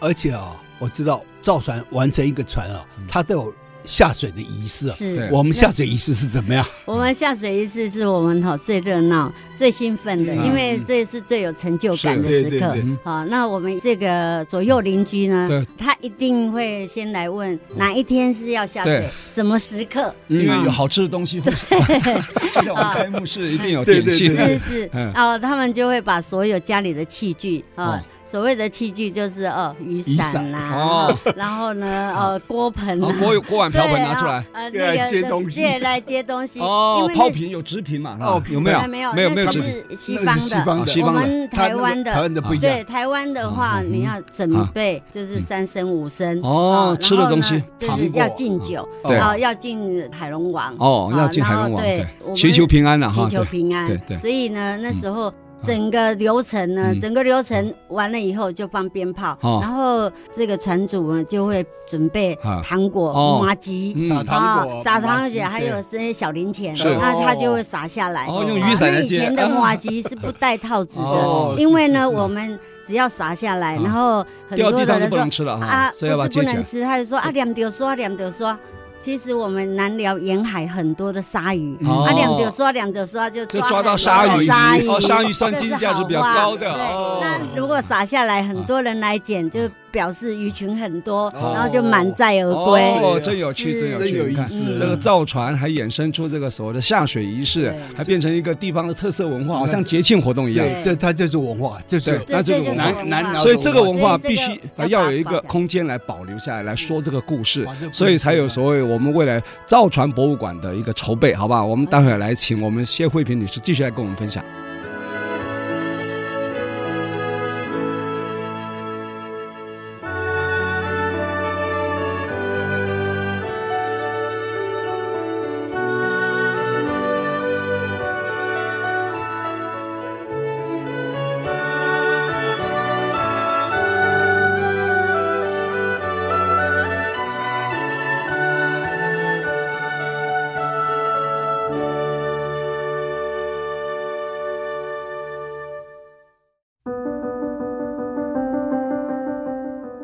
S2: 而且啊、我知道造船完成一个船啊、
S1: 嗯
S2: 它都有下水的仪式啊。
S3: 是
S1: 对
S2: 我们下水仪式是怎么样？
S3: 我们下水一次是我们哈最热闹、最兴奋的，
S1: 嗯
S3: 因为这是最有成就感的
S2: 是
S3: 时
S2: 对
S3: 刻
S2: 对对。
S3: 好，那我们这个左右邻居呢
S1: 对，
S3: 他一定会先来问哪一天是要下水
S1: 对，
S3: 什么时刻。
S1: 因为有
S3: 嗯
S1: 好吃的东西
S3: [laughs]
S1: 会， [laughs] 就像我们开幕式一定有
S2: 对
S1: 点
S2: 对
S1: 心。
S2: 对
S3: 是是
S1: 嗯，
S3: 哦，他们就会把所有家里的器具啊
S1: 哦，
S3: 所谓的器具就是呃雨
S2: 雨
S3: 伞
S2: 伞
S3: 啦，
S1: 哦
S3: 然后
S1: [laughs]
S3: 呢呃锅盆
S1: 然
S3: 啦
S1: 后，哦锅锅碗
S3: 对
S1: 瓢盆拿出
S3: 然
S1: 来
S3: 后。呃
S2: 用来
S3: 那个
S2: 接东西
S3: 对来接东西，因
S1: 哦，
S3: 为那
S1: 抛瓶有直瓶嘛？是吧
S2: 哦
S1: 有没有？
S3: 哎没有
S1: 没有没有
S3: 那
S1: 直
S3: 是
S1: 瓶。
S3: 是西
S2: 那
S3: 方
S2: 是西方
S3: 的，
S1: 啊
S2: 的，
S1: 西
S3: 我
S1: 方的
S3: 们台
S2: 台
S3: 湾的。啊
S2: 湾的不一样
S3: 对。台湾的话，
S1: 嗯嗯啊嗯
S3: 你要准备就是三升五升
S1: 哦
S3: 啊
S1: 吃的
S3: 然后
S1: 东西嗯
S3: 呢就
S2: 糖
S3: 是
S2: 果
S3: 要敬酒，
S1: 对
S3: 啊，要敬海龙王，
S1: 哦，要进
S3: 啊
S1: 海
S3: 然后
S1: 龙王，
S3: 对
S1: 对，
S3: 我们
S1: 祈求平安了啊哈。
S3: 祈求
S1: 对
S3: 平安
S1: 对对。啊
S3: 所以呢，那时候整个流程呢，
S1: 嗯
S3: 整个流程完了以后就放鞭炮
S1: 哦，
S3: 然后这个船主呢就会准备
S1: 啊
S3: 糖果、
S1: 哦
S3: 麻吉
S1: 嗯
S2: 撒糖
S3: 啊
S2: 果、
S3: 撒糖
S2: 麻
S3: 而
S2: 吉
S3: 且还有
S2: 对
S3: 这些小零钱，
S1: 是
S3: 那他
S2: 哦
S3: 就会撒下来。
S1: 哦，用
S3: 啊
S1: 雨伞
S3: 那
S1: 来
S3: 以
S1: 接
S3: 前。的马吉是不带套子
S1: 哦
S3: 的，因为
S2: 是
S3: 呢，
S2: 是是
S3: 我们只要撒下来，
S1: 啊
S3: 然后很
S1: 掉地
S3: 多的
S1: 上就
S3: 人
S1: 不
S3: 说
S1: 能吃了哈
S3: 啊，，
S1: 所以要把
S3: 不
S1: 它接
S3: 是不
S1: 起
S3: 能
S1: 来。
S3: 吃，他就说啊，两丢说，两丢说。其实我们南寮沿海很多的鲨鱼，
S1: 哦
S3: 啊，两丢说，两丢说就
S1: 就抓
S3: 抓
S1: 到
S3: 很多
S1: 鲨
S3: 的
S1: 鱼
S3: 鲨鱼
S1: 哦鲨鱼算
S3: 这是
S1: 斤价是比较
S3: 好话
S1: 高的
S3: 对
S1: 哦
S3: 那如果撒下来，很多人来捡，就表示鱼群很多，
S2: 哦
S3: 然后就满载而归。
S1: 嗯哦，真有趣，
S3: 是
S1: 真有
S2: 真
S1: 趣！
S2: 有
S1: 你
S2: 意
S1: 看，
S2: 思，啊
S1: 这个造船还衍生出这个所谓的下水仪式
S3: 对，
S1: 还变成一个地方的特色文化，好像节庆活动一样。
S2: 对，这它就是文化，就是
S1: 对
S3: 这
S1: 那这
S3: 这
S1: 个
S3: 就是
S1: 南
S3: 文
S2: 南
S3: 化
S2: 寮
S1: 所以这个文化
S3: 所
S1: 必
S3: 以这个
S1: 须呃
S3: 要
S1: 要
S3: 把
S1: 有一个
S3: 保
S1: 空间来保留下来，来说这个故事
S2: 哇这，不
S1: 所以才有
S2: 简单
S1: 所谓我们未来造船博物馆的一个筹备，好吧？我们待会儿来请我们谢慧萍女士继续来跟我们分享。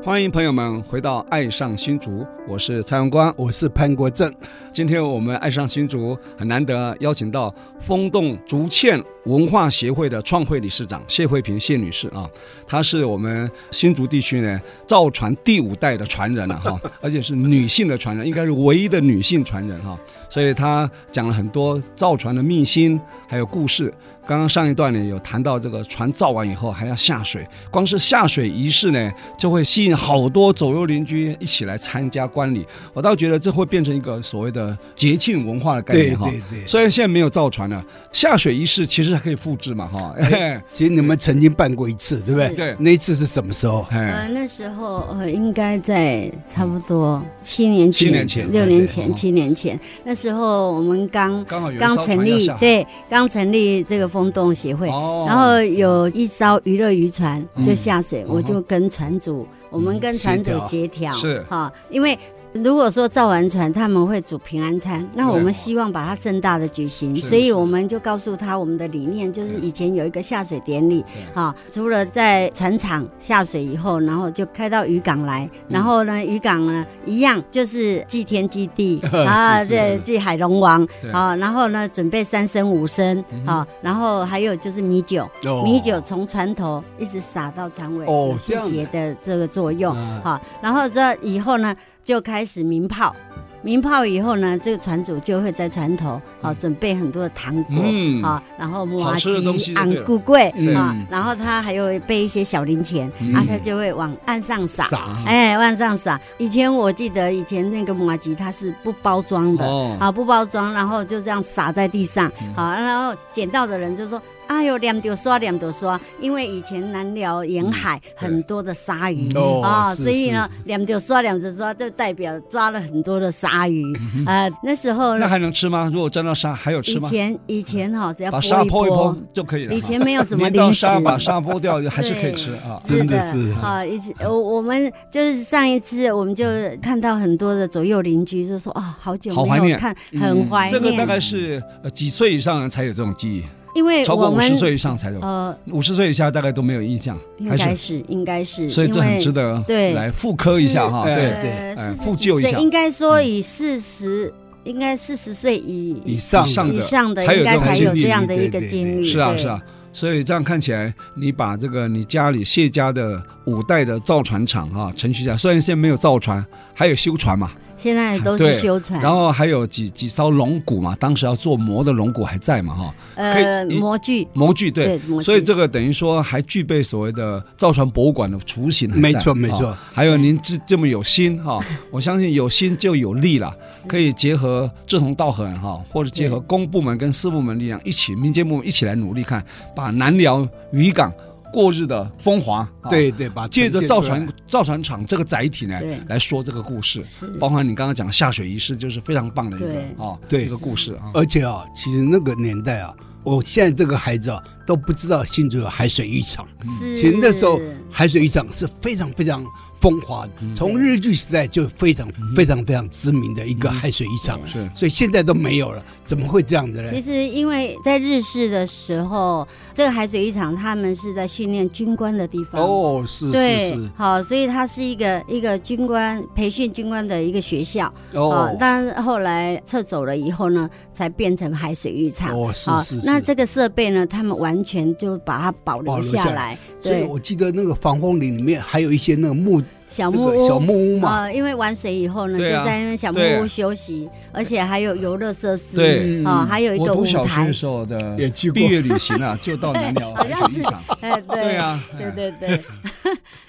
S1: 欢迎朋友们回到《爱上新竹》，我是蔡阳光。
S2: 我是潘国正，
S1: 今天我们爱上新竹很难得邀请到风洞竹堑文化协会的创会理事长谢慧萍谢女士啊，她是我们新竹地区呢造船第五代的传人了、啊哈， [laughs] 而且是女性的传人，应该是唯一的女性传人哈、所以她讲了很多造船的秘辛还有故事。刚刚上一段呢有谈到这个船造完以后还要下水，光是下水仪式呢就会吸引好多左右邻居一起来参加观礼，我倒觉得这会变成一个所谓的节庆文化的概
S2: 对
S1: 念哈。
S2: 对对。
S1: 虽然现在没有造船了，下水仪式其实还可以复制嘛哈。哎
S2: 其实你们曾经办过一次，对不对？
S1: [laughs] 对，
S2: 那一次是什么时候？
S1: 哎，
S3: 呃，那时候呃，应该在差不多七年前、
S1: 七年前
S3: 六年前、
S1: 对对
S3: 七年前，那时候我们刚
S1: 刚好有一艘
S3: 刚成
S1: 船要
S3: 立
S1: 下，海，
S3: 对，刚成立这个风洞协会，
S1: 哦
S3: 然后有一艘娱乐渔船就下水，
S1: 嗯
S3: 我就跟船主，我们跟船主
S2: 协
S3: 协调，
S1: 是
S3: 哈，因为。如果说造完船，他们会煮平安餐，那我
S1: 对
S3: 们希望把它盛大的举行，
S1: 是
S3: 所以
S1: 是
S3: 我们就告诉他我们的理念，就是
S1: 对
S3: 以前有一个下水典礼，哈、除了在船厂下水以后，然后就开到渔港来，
S1: 嗯
S3: 然后呢，渔港呢一样就是祭天祭
S1: [laughs]
S3: 地啊，
S2: 是是
S3: 对，祭海龙王
S1: 对嗯
S3: 啊，然后呢准备三升五升啊，然后还有就是米酒，
S2: 哦
S3: 米酒从船头一直撒到船尾，
S2: 哦
S3: 有
S2: 这
S3: 辟
S2: 样
S3: 邪的这个作用
S1: 嗯
S2: 啊
S3: 哈，然后这以后呢就开始鸣炮。鸣炮以后呢，这个船主就会在船头啊准备很多的糖果
S1: 嗯
S3: 啊，然后
S1: 好
S3: 麻
S1: 吃的东西
S3: 吉、
S1: 就
S3: 昂
S1: 对了
S3: 古贵
S1: 嗯
S3: 啊，然后他还有备一些小零钱
S1: 嗯，
S3: 啊，他就会往岸上撒。
S2: 傻
S3: 哎，往上撒。以前我记得以前那个麻吉它是不包装的，
S1: 哦，嗯
S3: 啊，不包装，然后就这样撒在地上，好，然后捡到的人就说。哎呦，两丢刷，两丢刷，因为以前南寮沿
S1: 嗯
S3: 海很多的鲨鱼
S2: 嗯哦是
S3: 所以呢，两丢刷，两丢刷就代表抓了很多的鲨鱼。啊，那时候
S1: 嗯那
S3: 呢，
S1: 还能吃吗？如果沾到沙还有
S3: 以
S1: 吃吗？
S3: 前以前哈，只要
S1: 把沙
S3: 泼
S1: 泼一
S3: 泼
S1: 泼，就可以了哈。
S3: 以前没有什么
S1: 粘到
S3: 零食
S1: 沙，把沙剥掉还是可以吃啊。
S3: 是
S2: 真的是
S3: 啊，以前我我们就是上一次，我们就看到很多的左右邻居就说，哦，好久
S1: 好怀
S3: 没有
S1: 念嗯
S3: 看，很怀
S1: 这个大
S3: 念，
S1: 概是呃几岁以上人才有这种记忆，
S3: 因为
S1: 超过
S3: 我
S1: 五
S3: 们
S1: 十岁以上才有，
S3: 呃，
S1: 五十岁以下大概都没有印象，
S3: 应
S1: 还
S3: 该
S1: 是
S3: 是，应该是，
S1: 所以这
S3: 因
S1: 很
S3: 为
S1: 值得
S3: 对
S1: 来复刻一下哈。
S2: 是
S1: 对
S2: 对
S3: 呃
S2: 对
S1: 哎
S3: 40几
S1: 复旧一下嗯
S3: 岁应该说以四十，应该四十岁以
S2: 以上
S1: 以上
S3: 以
S1: 的
S3: 上的，
S1: 才有
S3: 应该
S1: 这种
S3: 才有
S2: 经历
S3: 这样的一个
S2: 对对
S3: 经历。
S1: 是啊，
S3: 对
S1: 是啊。所以这样看起来，你把这个你家里谢家的五代的造船厂啊，程序下，虽然现在没有造船，还有修船嘛，
S3: 现在哎都
S1: 对
S3: 是修船，
S1: 然后还有几几艘龙骨嘛，当时要做模的龙骨还在嘛哈，可以嗯
S3: 呃
S1: 一
S3: 模具，
S1: 模具对
S3: 对，模具
S1: 所以这个等于说还具备所谓的造船博物馆的雏形还在，
S2: 没错
S1: 哦
S2: 没错
S1: 还有您这这么有心哈， [laughs] 我相信有心就有力了，可以结合志同道合哈，或者结合公部门跟私部门力量一起，民间部门一起来努力看，把南寮渔港过日的风华，啊
S2: 对对，把
S1: 借着
S2: 呈现
S1: 造
S2: 出来
S1: 船造船厂这个载体呢
S3: 对，
S1: 来说这个故事，
S3: 是
S1: 包含你刚刚讲的下水仪式，就是非常棒的一个
S3: 对
S1: 啊，
S2: 对
S1: 一个故事啊。
S2: 而且啊，其实那个年代啊，我现在这个孩子啊都不知道新竹有海水浴场。
S3: 是
S2: 其实那时候海水浴场是非常非常风华的，
S3: 嗯
S2: 从日据时代就非常非常非常知名的一个海水浴场，
S1: 是
S2: 所以现在都没有了，怎么会这样子呢
S3: 嗯其？实，因为在日式的时候，这个海水浴场他们是在训练军官的地方。
S2: 哦，是
S3: 对
S2: 是是，，
S3: 好，所以它是一个一个军官培训军官的一个学校啊
S2: 哦。，
S3: 但后来撤走了以后呢，才变成海水浴场。
S2: 哦是
S3: 好
S2: 是是。
S3: 那这个设备呢，他们完全就把它保
S2: 保
S3: 留
S2: 留
S3: 下
S2: 下
S3: 来。
S2: 所以
S3: 对，
S2: 我记得那个防风林里面还有一些那个木
S3: 小
S2: 那
S3: 啊木
S2: 个
S3: 屋，
S2: 小木屋嘛，
S3: 啊，因为玩水以后呢，就
S1: 对啊
S3: 在那边小木
S1: 对
S3: 屋休息，而且还有游乐设
S2: 嗯
S3: 施，
S1: 对
S3: 啊，还有一
S1: 我
S3: 个
S1: 读
S3: 舞
S1: 小学
S3: 台
S1: 的，时候的
S2: 也去过
S1: 毕业旅行啊，
S3: [laughs]
S1: 就到南寮
S3: 好像
S1: 海
S3: 是
S1: 水浴场。
S3: 哎，对
S1: 对啊，
S3: 对
S1: 哎
S3: 对
S1: [laughs]
S3: 对，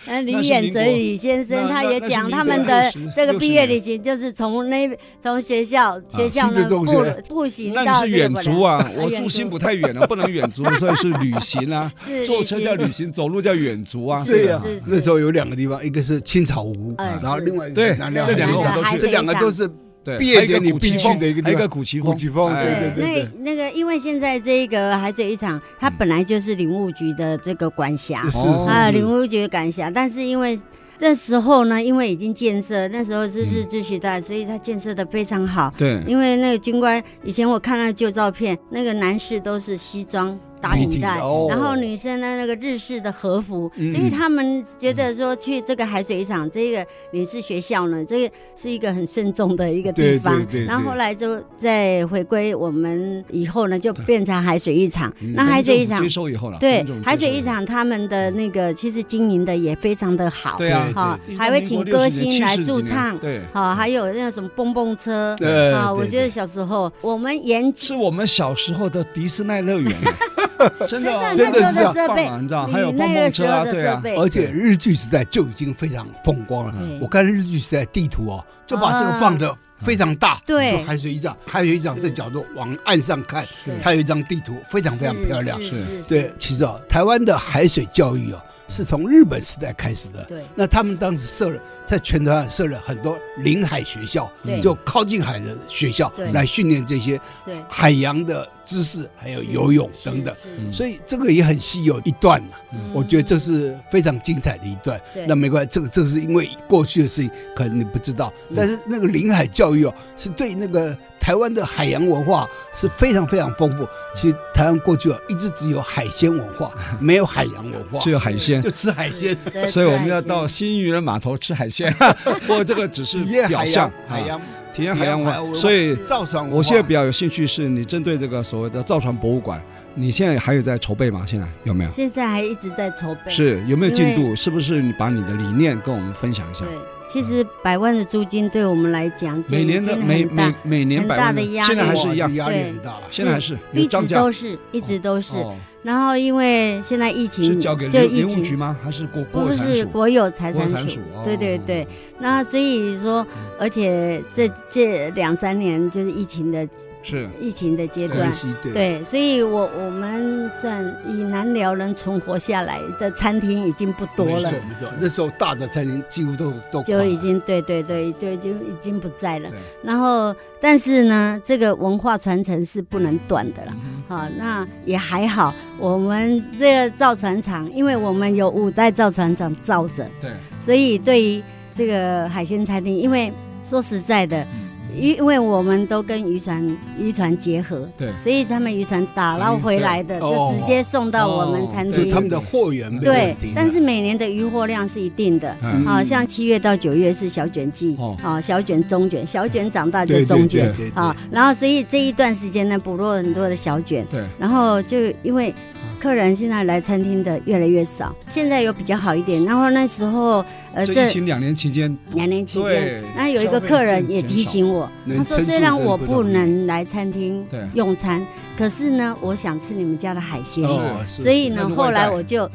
S3: 那
S1: 那
S3: 李
S1: 是
S3: 衍
S1: 民
S3: 哲
S1: 国
S3: 李先生
S1: 那
S3: 他
S1: 那
S3: 也
S1: 那是
S3: 讲
S1: 民
S3: 他
S1: 国
S3: 们的
S1: 60
S3: 这个毕
S1: 60年
S3: 业
S1: 啊
S3: 旅行，就是从那从学校学校
S2: 新的
S3: 呢
S2: 中
S3: 步
S2: 学
S3: 步行
S1: 那你
S3: 到
S1: 是
S3: 这个
S1: 远
S3: 本
S1: 足
S3: 来， [laughs]
S1: 啊，我
S3: 远
S1: 住
S3: 足，
S1: 新不太远了，不能远足，所以是旅行啊
S3: 是
S1: 坐
S3: 旅
S1: 车
S3: 行
S1: 叫旅行，走路叫远足啊。
S3: 是
S2: 呀
S3: 是是
S2: 那时候有两个地方，一个是青草湖，
S3: 呃
S2: 啊然后
S3: 是
S2: 另外一个
S1: 对
S2: 南寮
S1: 这两个我们都
S2: 海
S1: 去
S2: 这两个都是
S1: 对，
S2: 毕业
S1: 还有
S2: 典礼
S1: 一个古奇
S2: 必去
S1: 峰
S2: 的一个地
S1: 还有一
S2: 方
S1: 个古奇峰，
S2: 古奇峰
S1: 哎
S2: 对对对
S3: 那那个，因为现在这个海水浴场，
S1: 嗯
S3: 它本来就是林务局的这个管辖，
S2: 是
S1: 哦
S2: 是
S3: 啊，
S2: 是
S3: 林务局管辖，但是因为那时候呢，因为已经建设，那时候是
S1: 嗯
S3: 日治时代，所以它建设的非常好。
S1: 对，
S2: 嗯
S3: 因为那个军官，以前我看那旧照片，那个男士都是西装打
S2: 笔
S3: 领
S2: 挺
S3: 带，
S2: 哦
S3: 然后女生呢那个日式的和服，
S2: 嗯
S3: 所以他们觉得说去这个海水浴场这个领事学校呢，这个是一个很慎重的一个地方。
S2: 对对对对
S3: 然后后来就再回归我们以后呢，就变成海水浴场。
S2: 嗯
S3: 那海水浴
S1: 我嗯
S3: 场
S1: 们政府接。收以后了，
S3: 对
S1: 民众接收
S3: 海水浴场，他们的那个其实经营的也非常的好，
S1: 对啊
S2: 嗯对
S3: 哈
S2: 对
S1: 以后，
S3: 还会请
S1: 民国
S3: 歌
S1: 六十年
S3: 星来
S1: 70
S3: 驻
S1: 几年
S3: 唱，
S1: 对，
S3: 好，还有那什么蹦蹦车，
S1: 哎
S2: 对
S3: 啊，
S2: 对
S3: 我
S2: 对
S3: 觉得小时候我们研究
S1: 是我们小时候的迪士尼乐园
S3: [laughs]
S1: 啊，真的啊
S3: 真
S2: 的那时候的
S3: 设
S1: 棒
S3: 备
S1: 啊你知道，
S3: 你
S1: 还有蹦
S3: 那
S1: 蹦
S3: 个时
S1: 车
S3: 候
S1: 啊，
S3: 的
S1: 对
S3: 设
S1: 啊，
S3: 备，
S2: 而且日据时代就已经非常风光了
S3: 对。啊
S2: 我看日据时代地图哦，就把这个放的非常大，
S3: 对
S2: 就海水浴场，海水浴场这角度往岸上看
S3: 是，
S2: 它有一张地图，非常非常漂亮。
S3: 是
S1: 是
S3: 是是
S2: 对，其实啊，台湾的海水教育哦，是从日本时代开始的。
S3: 对
S2: 那他们当时设了，在全台湾设了很多临海学校
S3: 对，
S2: 就靠近海的学校
S3: 对
S2: 来训练这些
S3: 对，
S2: 海洋的知识，还有游泳等等。
S3: 是，
S1: 嗯
S2: 所以这个也很稀有一段呐、
S3: 嗯
S2: 我觉得这是非常精彩的一段
S3: 对。
S2: 那没关系，这个这个是因为过去的事情，可能你不知道。
S3: 嗯
S2: 但是那个临海教育哦，是对那个台湾的海洋文化是非常非常丰富。其实台湾过去哦，一直只有海鲜文
S3: [laughs]
S2: 化，没有海洋文化，
S1: 只有海鲜
S2: 就。吃海鲜，
S3: 对
S1: [laughs] 所以我们要
S3: 是啊
S1: 到新渔人码头吃海
S3: [laughs]
S1: 鲜，不过这个只是
S2: 体验
S1: 表
S2: 海
S1: 象
S2: 洋，，海洋
S1: 啊体验海洋
S2: 体验海
S1: 文
S2: 洋文
S1: 化。
S2: 化
S1: 所以
S2: 造船文化。
S1: 我现在比较有兴趣是你针对这个所谓的造船博物馆，你现在还有在筹备吗？现在有没有？
S3: 现在还一直在筹备，
S1: 是有没有进
S3: 因
S1: 度？是不是你把你的理念跟我们分享一下
S3: 对？，其实百万的租金对我们来讲，
S1: 每年的
S3: 已经
S1: 每
S3: 很大
S1: 每每年
S3: 很
S1: 百
S3: 大
S1: 万
S3: 的压
S1: 现在还
S3: 力
S1: 是一样
S2: 哇这，压力
S3: 对
S2: 很大了。
S1: 现在还是有
S3: 一
S1: 涨
S3: 直
S1: 价
S3: 都。是，一直都是。
S1: 哦
S3: 然后因为现在疫
S1: 是
S3: 情，
S1: 交给
S3: 就
S1: 林
S3: 疫
S1: 林务
S3: 情
S1: 局吗？还是国国
S3: 不
S1: 有财产
S3: 是
S1: 署？
S3: 国有财
S1: 国有财
S3: 产署嗯
S1: 产署哦，
S3: 对对对。那所以说，而且这这两三年就是疫情的
S1: 是
S3: 疫情的阶段
S2: 关，系对
S3: 对，所以我我们算以南寮能存活下来的餐厅已经不多了
S2: 没，错没错那时候大的餐厅几乎都都垮
S3: 就
S2: 了
S3: 已经对对对，就已经已经不在了
S1: 对。
S3: 然后，但是呢，这个文化传承是不能断的啦。好、那也还好，我们这个造船厂，因为我们有五代造船厂造着，
S1: 对，
S3: 所以对于这个海鲜餐厅，因为说实在的，
S2: 嗯
S3: 因为我们都跟渔船渔船结合，
S1: 对
S3: 所以他们渔船打捞回来的
S2: 嗯对哦
S3: 就直接送到我们餐
S2: 就
S3: 厅。
S2: 他们的货源没
S3: 对
S2: 问题，
S3: 但是每年的渔获量是一定的。
S1: 嗯
S3: 好、像七月到九月是小卷季，
S1: 哦
S3: 啊，小卷、中卷，小卷长大就
S2: 对
S3: 中
S2: 对
S3: 卷啊
S2: 对对，对
S3: 啊，然后所以这一段时间呢，捕获很多的小卷，
S1: 对，
S3: 然后就因为客人现在来餐厅的越来越少，现在有比较好一点。然后那时候，呃，
S1: 这
S3: 这
S1: 疫情两年期间，
S3: 两年期
S1: 对
S3: 间，那有一个客人也提醒
S2: 消费
S3: 我，他说
S2: 能撑住
S3: 虽然我
S2: 真不
S3: 不
S2: 容易
S3: 能来餐厅
S1: 对
S3: 用餐，可是呢，我想吃你们家的海鲜，
S1: 哦
S2: 是
S3: 所以
S1: 那就
S3: 呢，
S1: 外带
S3: 后来我就
S1: 啊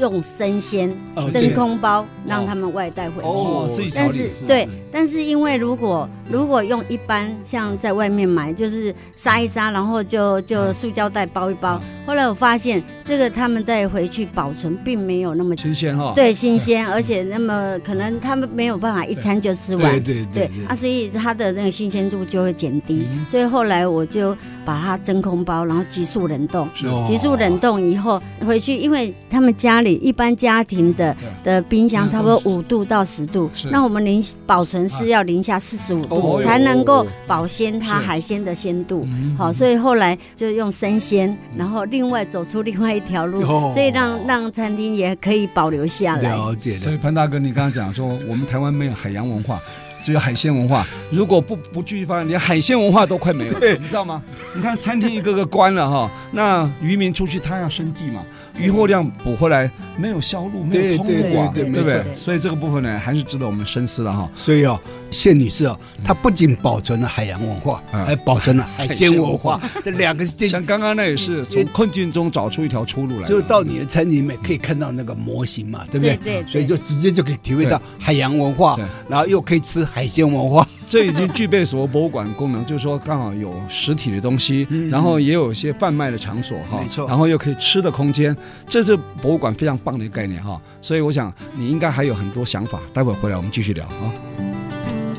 S3: 用生鲜
S1: 哦
S3: 真空包让他们外带回去。
S1: 哦自己
S3: 但
S1: 调理
S3: 是对，但是因为如果如果用一般像在外面买，就是杀一杀，然后就
S2: 嗯
S3: 就塑胶袋包一包。后来我发现这个他们再回去保存并没有那么
S1: 新鲜
S2: 哦
S1: 哈，
S3: 对新鲜，而且那么可能他们没有办法一餐就吃完
S2: 对。对
S3: 对
S2: 对嗯
S3: 啊，所以它的那个新鲜度就会减低，所以后来我就把它真空包，然后急速冷冻。
S2: 哦
S3: 急速冷冻以后回去，因为他们家里一般家庭的的冰
S2: 嗯
S3: 箱差不多五度到十度
S1: 是，
S3: 那我们零保存是要零下四十五
S1: 哦
S3: 度
S1: 哟
S3: 才能够保鲜它
S1: 是
S3: 海鲜的鲜度。
S1: 嗯
S3: 好，所以后来就用生鲜，然后另外走出另外一条路，
S2: 哦
S3: 所以让让餐厅也可以保留下来。
S2: 了解
S1: 所以
S2: 的，
S1: 潘大哥，你刚刚讲说我们台湾没有海洋文化，只有海鲜文化。如果不不具发，连海鲜文化都快没有，你知道吗？你看餐厅一个个关了哈，那渔民出去他要生计嘛，渔获量补回来没有销路，没有
S2: 对
S1: 通
S2: 对
S1: 路啊，
S2: 对对
S1: 不
S3: 没
S1: 对？
S3: 错
S1: 所以这个部分呢，还是值得我们深思的哈。
S2: 所以哦，谢女士哦，她不仅保存了海洋文化，
S1: 嗯
S2: 还保存了海鲜文化，这两个之
S1: 像
S2: 间，
S1: 刚刚那也是从
S2: 嗯
S1: 困境中找出一条出路来。
S2: 就到你的餐厅里面可以看到那个模型嘛，对不
S3: 对
S2: 对？
S3: 对，
S2: 所以就直接就可以体会到海洋文化
S1: 对，
S2: 然后又可以吃海鲜文化， [laughs]
S1: 这已经具备所谓博物馆功能， [laughs] 就是说刚好有实体的东西，
S2: 嗯
S1: 然后也有一些贩卖的场所哈，
S2: 没错
S1: 然后又可以吃的空间，这是博物馆非常棒的一个概念哈。所以我想你应该还有很多想法，待会儿回来我们继续聊啊。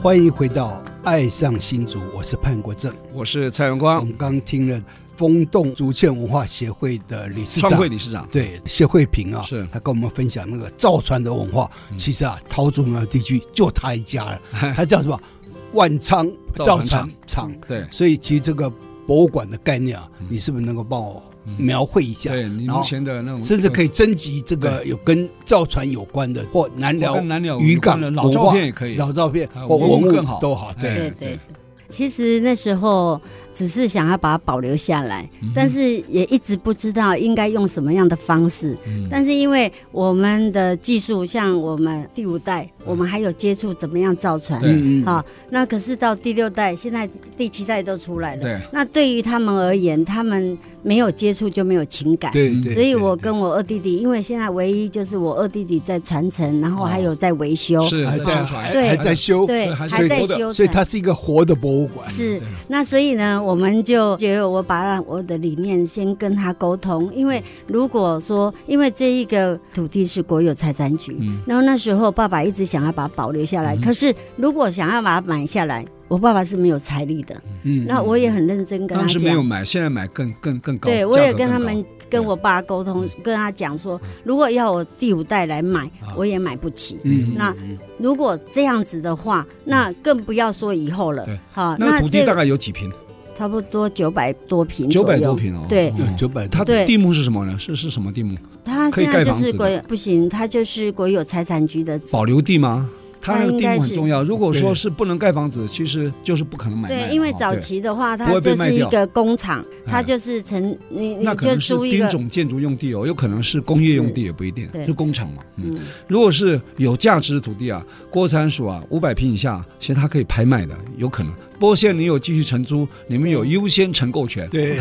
S2: 欢迎回到《爱上新竹》，我是潘国正。
S1: 我是蔡荣
S2: 我
S1: 光，
S2: 们刚听了风洞竹堑文化协会的理事
S1: 创
S2: 长
S1: 会。理事长。
S2: 对谢慧平啊，
S1: 是嗯
S2: 他跟我们分享那个造船的文化。其实啊，桃竹苗地区就他一
S1: [laughs]
S2: 家了，他叫什么？万昌
S1: 造
S2: 造
S1: 船
S2: 船
S1: 厂
S2: 厂。
S1: 嗯对
S2: 所以其实这个博物馆的概念啊，
S1: 嗯
S2: 你是不是能够帮我描绘一下？
S1: 对，你
S2: 然
S1: 目
S2: 后
S1: 前的那种，
S2: 甚至可
S1: 以
S2: 以征集这个有跟造船有关的或南寮
S1: 南鸟
S2: 渔港
S1: 的老
S2: 文
S1: 照
S2: 化
S1: 片也可以，
S2: 老照片
S1: 啊
S2: 或
S1: 文物
S2: 文
S1: 更好
S2: 物都好，
S1: 哎
S2: 对。
S3: 对
S1: 对
S3: 对。其实那时候只是想要把它保留下来，
S2: 嗯
S3: 但是也一直不知道应该用什么样的方式。
S1: 嗯
S3: 但是因为我们的技术，像我们第五代，我们还有接触怎么样造船，
S1: 对
S2: 嗯
S3: 好、那可是到第六代，现在第七代都出来了。
S1: 对
S3: 那对于他们而言，他们没有接触就没有情感。
S2: 嗯对对，
S3: 所以我
S2: 对
S3: 跟我二弟弟，因为现在唯一就是我二弟弟在传承，然后还有在维修，
S1: 哦是
S2: 还
S1: 在
S2: 在
S1: 宣传嗯
S2: 还还在修，
S3: 对，
S1: 所以还是
S3: 还在
S1: 活的
S3: 修。
S2: 所以它是一个活的博物馆。
S3: 是，那所以呢，我们就觉得我把我的理念先跟他沟通，因
S1: 嗯
S3: 为如果说，因为这一个土地是国有财产局，
S1: 嗯
S3: 然后那时候爸爸一直想要把它保留下来，可是如果想要把它买下来，我爸爸是没有财力的，
S2: 嗯
S3: 那我也很认真跟他
S1: 当时没有
S3: 讲。
S1: 买，现在买更更更高，
S3: 对，我也
S1: 价格
S3: 跟
S1: 更
S3: 他
S1: 高
S3: 们跟我爸沟
S1: 嗯
S3: 通，跟他讲说，如果要我第五代来买，
S1: 啊
S3: 我也买不起。
S2: 嗯
S3: 那如果这样子的话，那更不要说以后了
S1: 对。
S3: 好，
S1: 那个土
S3: 这
S1: 地
S3: 个
S1: 大概有几平？
S3: 差不多九百多平
S1: 九
S3: 左
S1: 百
S3: 右，
S1: 多平哦。
S3: 对嗯
S1: 哦
S2: 九百
S1: 它
S2: 多，
S3: 对
S1: 地目是什么呢？是是什么地目？
S3: 它
S1: 可以
S3: 现在
S1: 盖
S3: 就
S1: 房子
S3: 是
S1: 的
S3: 国有不行，它就是国有财产局的。
S1: 保留地吗？它
S3: 它
S1: 那个地
S3: 应该
S1: 目很
S3: 是
S1: 重要。如果说
S2: 对
S1: 是不能盖房子，其实就是不可能买卖的
S3: 对
S1: 哈。，
S3: 因为早
S1: 对
S3: 期的话，
S1: 不
S3: 它
S1: 会被
S3: 就
S1: 卖
S3: 是一
S1: 掉
S3: 个工厂，它
S1: 哎
S3: 就是成你你
S1: 那可
S3: 就
S1: 能是
S3: 租一
S1: 丁
S3: 个，
S1: 种建筑用地哦，有可能是工业用地，也不一定，
S3: 对
S1: 是工厂嘛。嗯，
S3: 嗯，
S1: 如果是有价值的土地啊，国产署啊，五百平以下，其实它可以拍卖的，有可能。不过现在你有继续承租，你们有优先承购权。
S2: 对，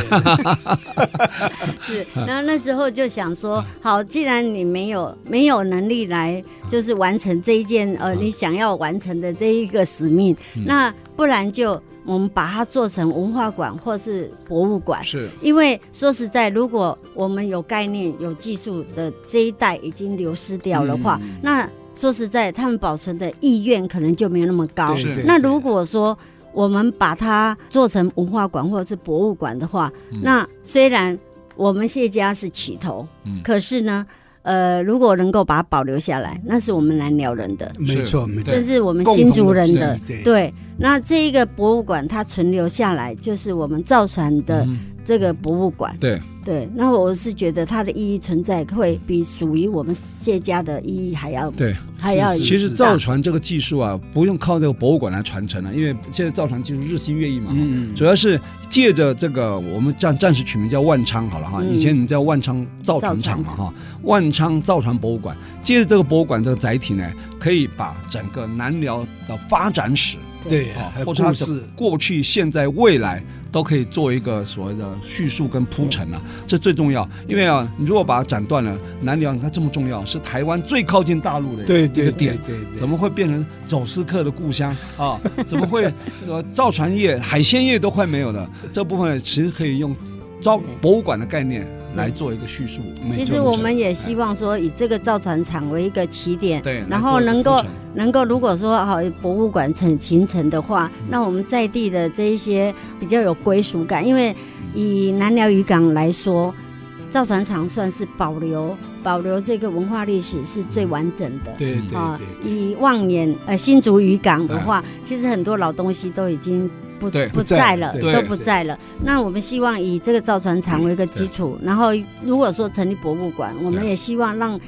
S3: 是。
S1: [laughs] 嗯
S3: 然后那时候就
S1: 嗯
S3: 想说，好，既然你没有没有能力来就是完成这一件呃你你想要完成的这一个使命，那不然就我们把它做成文化馆或是博物馆。
S1: 是
S3: 因为说实在，如果我们有概念、有技术的这一代已经流失掉的话，
S1: 嗯
S3: 那说实在，他们保存的意愿可能就没有那么高。
S1: 是
S2: 对
S3: 那如果说我们把它做成文化馆或者是博物馆的话，
S2: 嗯
S3: 那虽然我们谢家是起头，
S1: 嗯
S3: 可是呢，呃，如果能够把它保留下
S2: 嗯
S3: 来，那是我们南寮人的，
S2: 没错没错
S3: 甚，至我们
S2: 共
S3: 新
S2: 同
S3: 竹人
S2: 记忆
S3: 的。
S2: 对
S3: 对，那这一个博物馆它存留下来，就是我们造船的
S1: 嗯
S3: 这个博物馆。
S1: 对，
S3: 对，那我是觉得它的意义存在会比属于我们谢家的意义还要
S1: 对
S3: 还要
S2: 是是
S1: 其实
S3: 大
S1: 造船这个技术啊，不用靠这个博物馆来传承了、因为现在造船技术日新月异嘛。
S2: 嗯，
S1: 主要是借着这个，我们暂暂时取名叫万昌好了哈，
S3: 嗯
S1: 以前你叫万昌造船厂嘛
S3: 造船
S1: 哈，万昌造船博物馆，借着这个博物馆这个载体呢，可以把整个南寮的发展史
S2: 对，
S1: 啊
S2: 还，有
S1: 或者它
S2: 故
S1: 的
S2: 事，
S1: 过去、现在、未来都可以做一个所谓的叙述跟铺陈啊，这最重要。因为啊，你如果把它斩断了，南寮你看这么重要，是台湾最靠近大陆的
S2: 对
S1: 一
S2: 对
S1: 个点
S2: 对。对，对
S1: 怎么会变成走私客的故乡啊？怎么会呃造船业、海鲜业都快没有了？这部分其实可以用造博物馆的概念来做一个叙述。哎
S3: 其实我们也希望说，以这个造船厂为一个起点，
S1: 对，
S3: 然后能
S1: 来
S3: 够
S1: 做一个铺
S3: 能够如果说好博物馆成形成的话，那我们在地的这一些比较有归属感，因为以南寮渔港来说，造船厂算是保留保留这个文化历史是最完整的。
S2: 对对
S3: 啊
S2: 对，
S3: 以望年呃新竹渔港的话，其实很多老东西都已经不
S1: 对
S3: 不在了，
S2: 不
S1: 在了
S3: 都
S1: 对
S3: 不在了。那我们希望以这个造船厂为一个基础，然后如果说成立博物馆，我们
S1: 对
S3: 也希望让。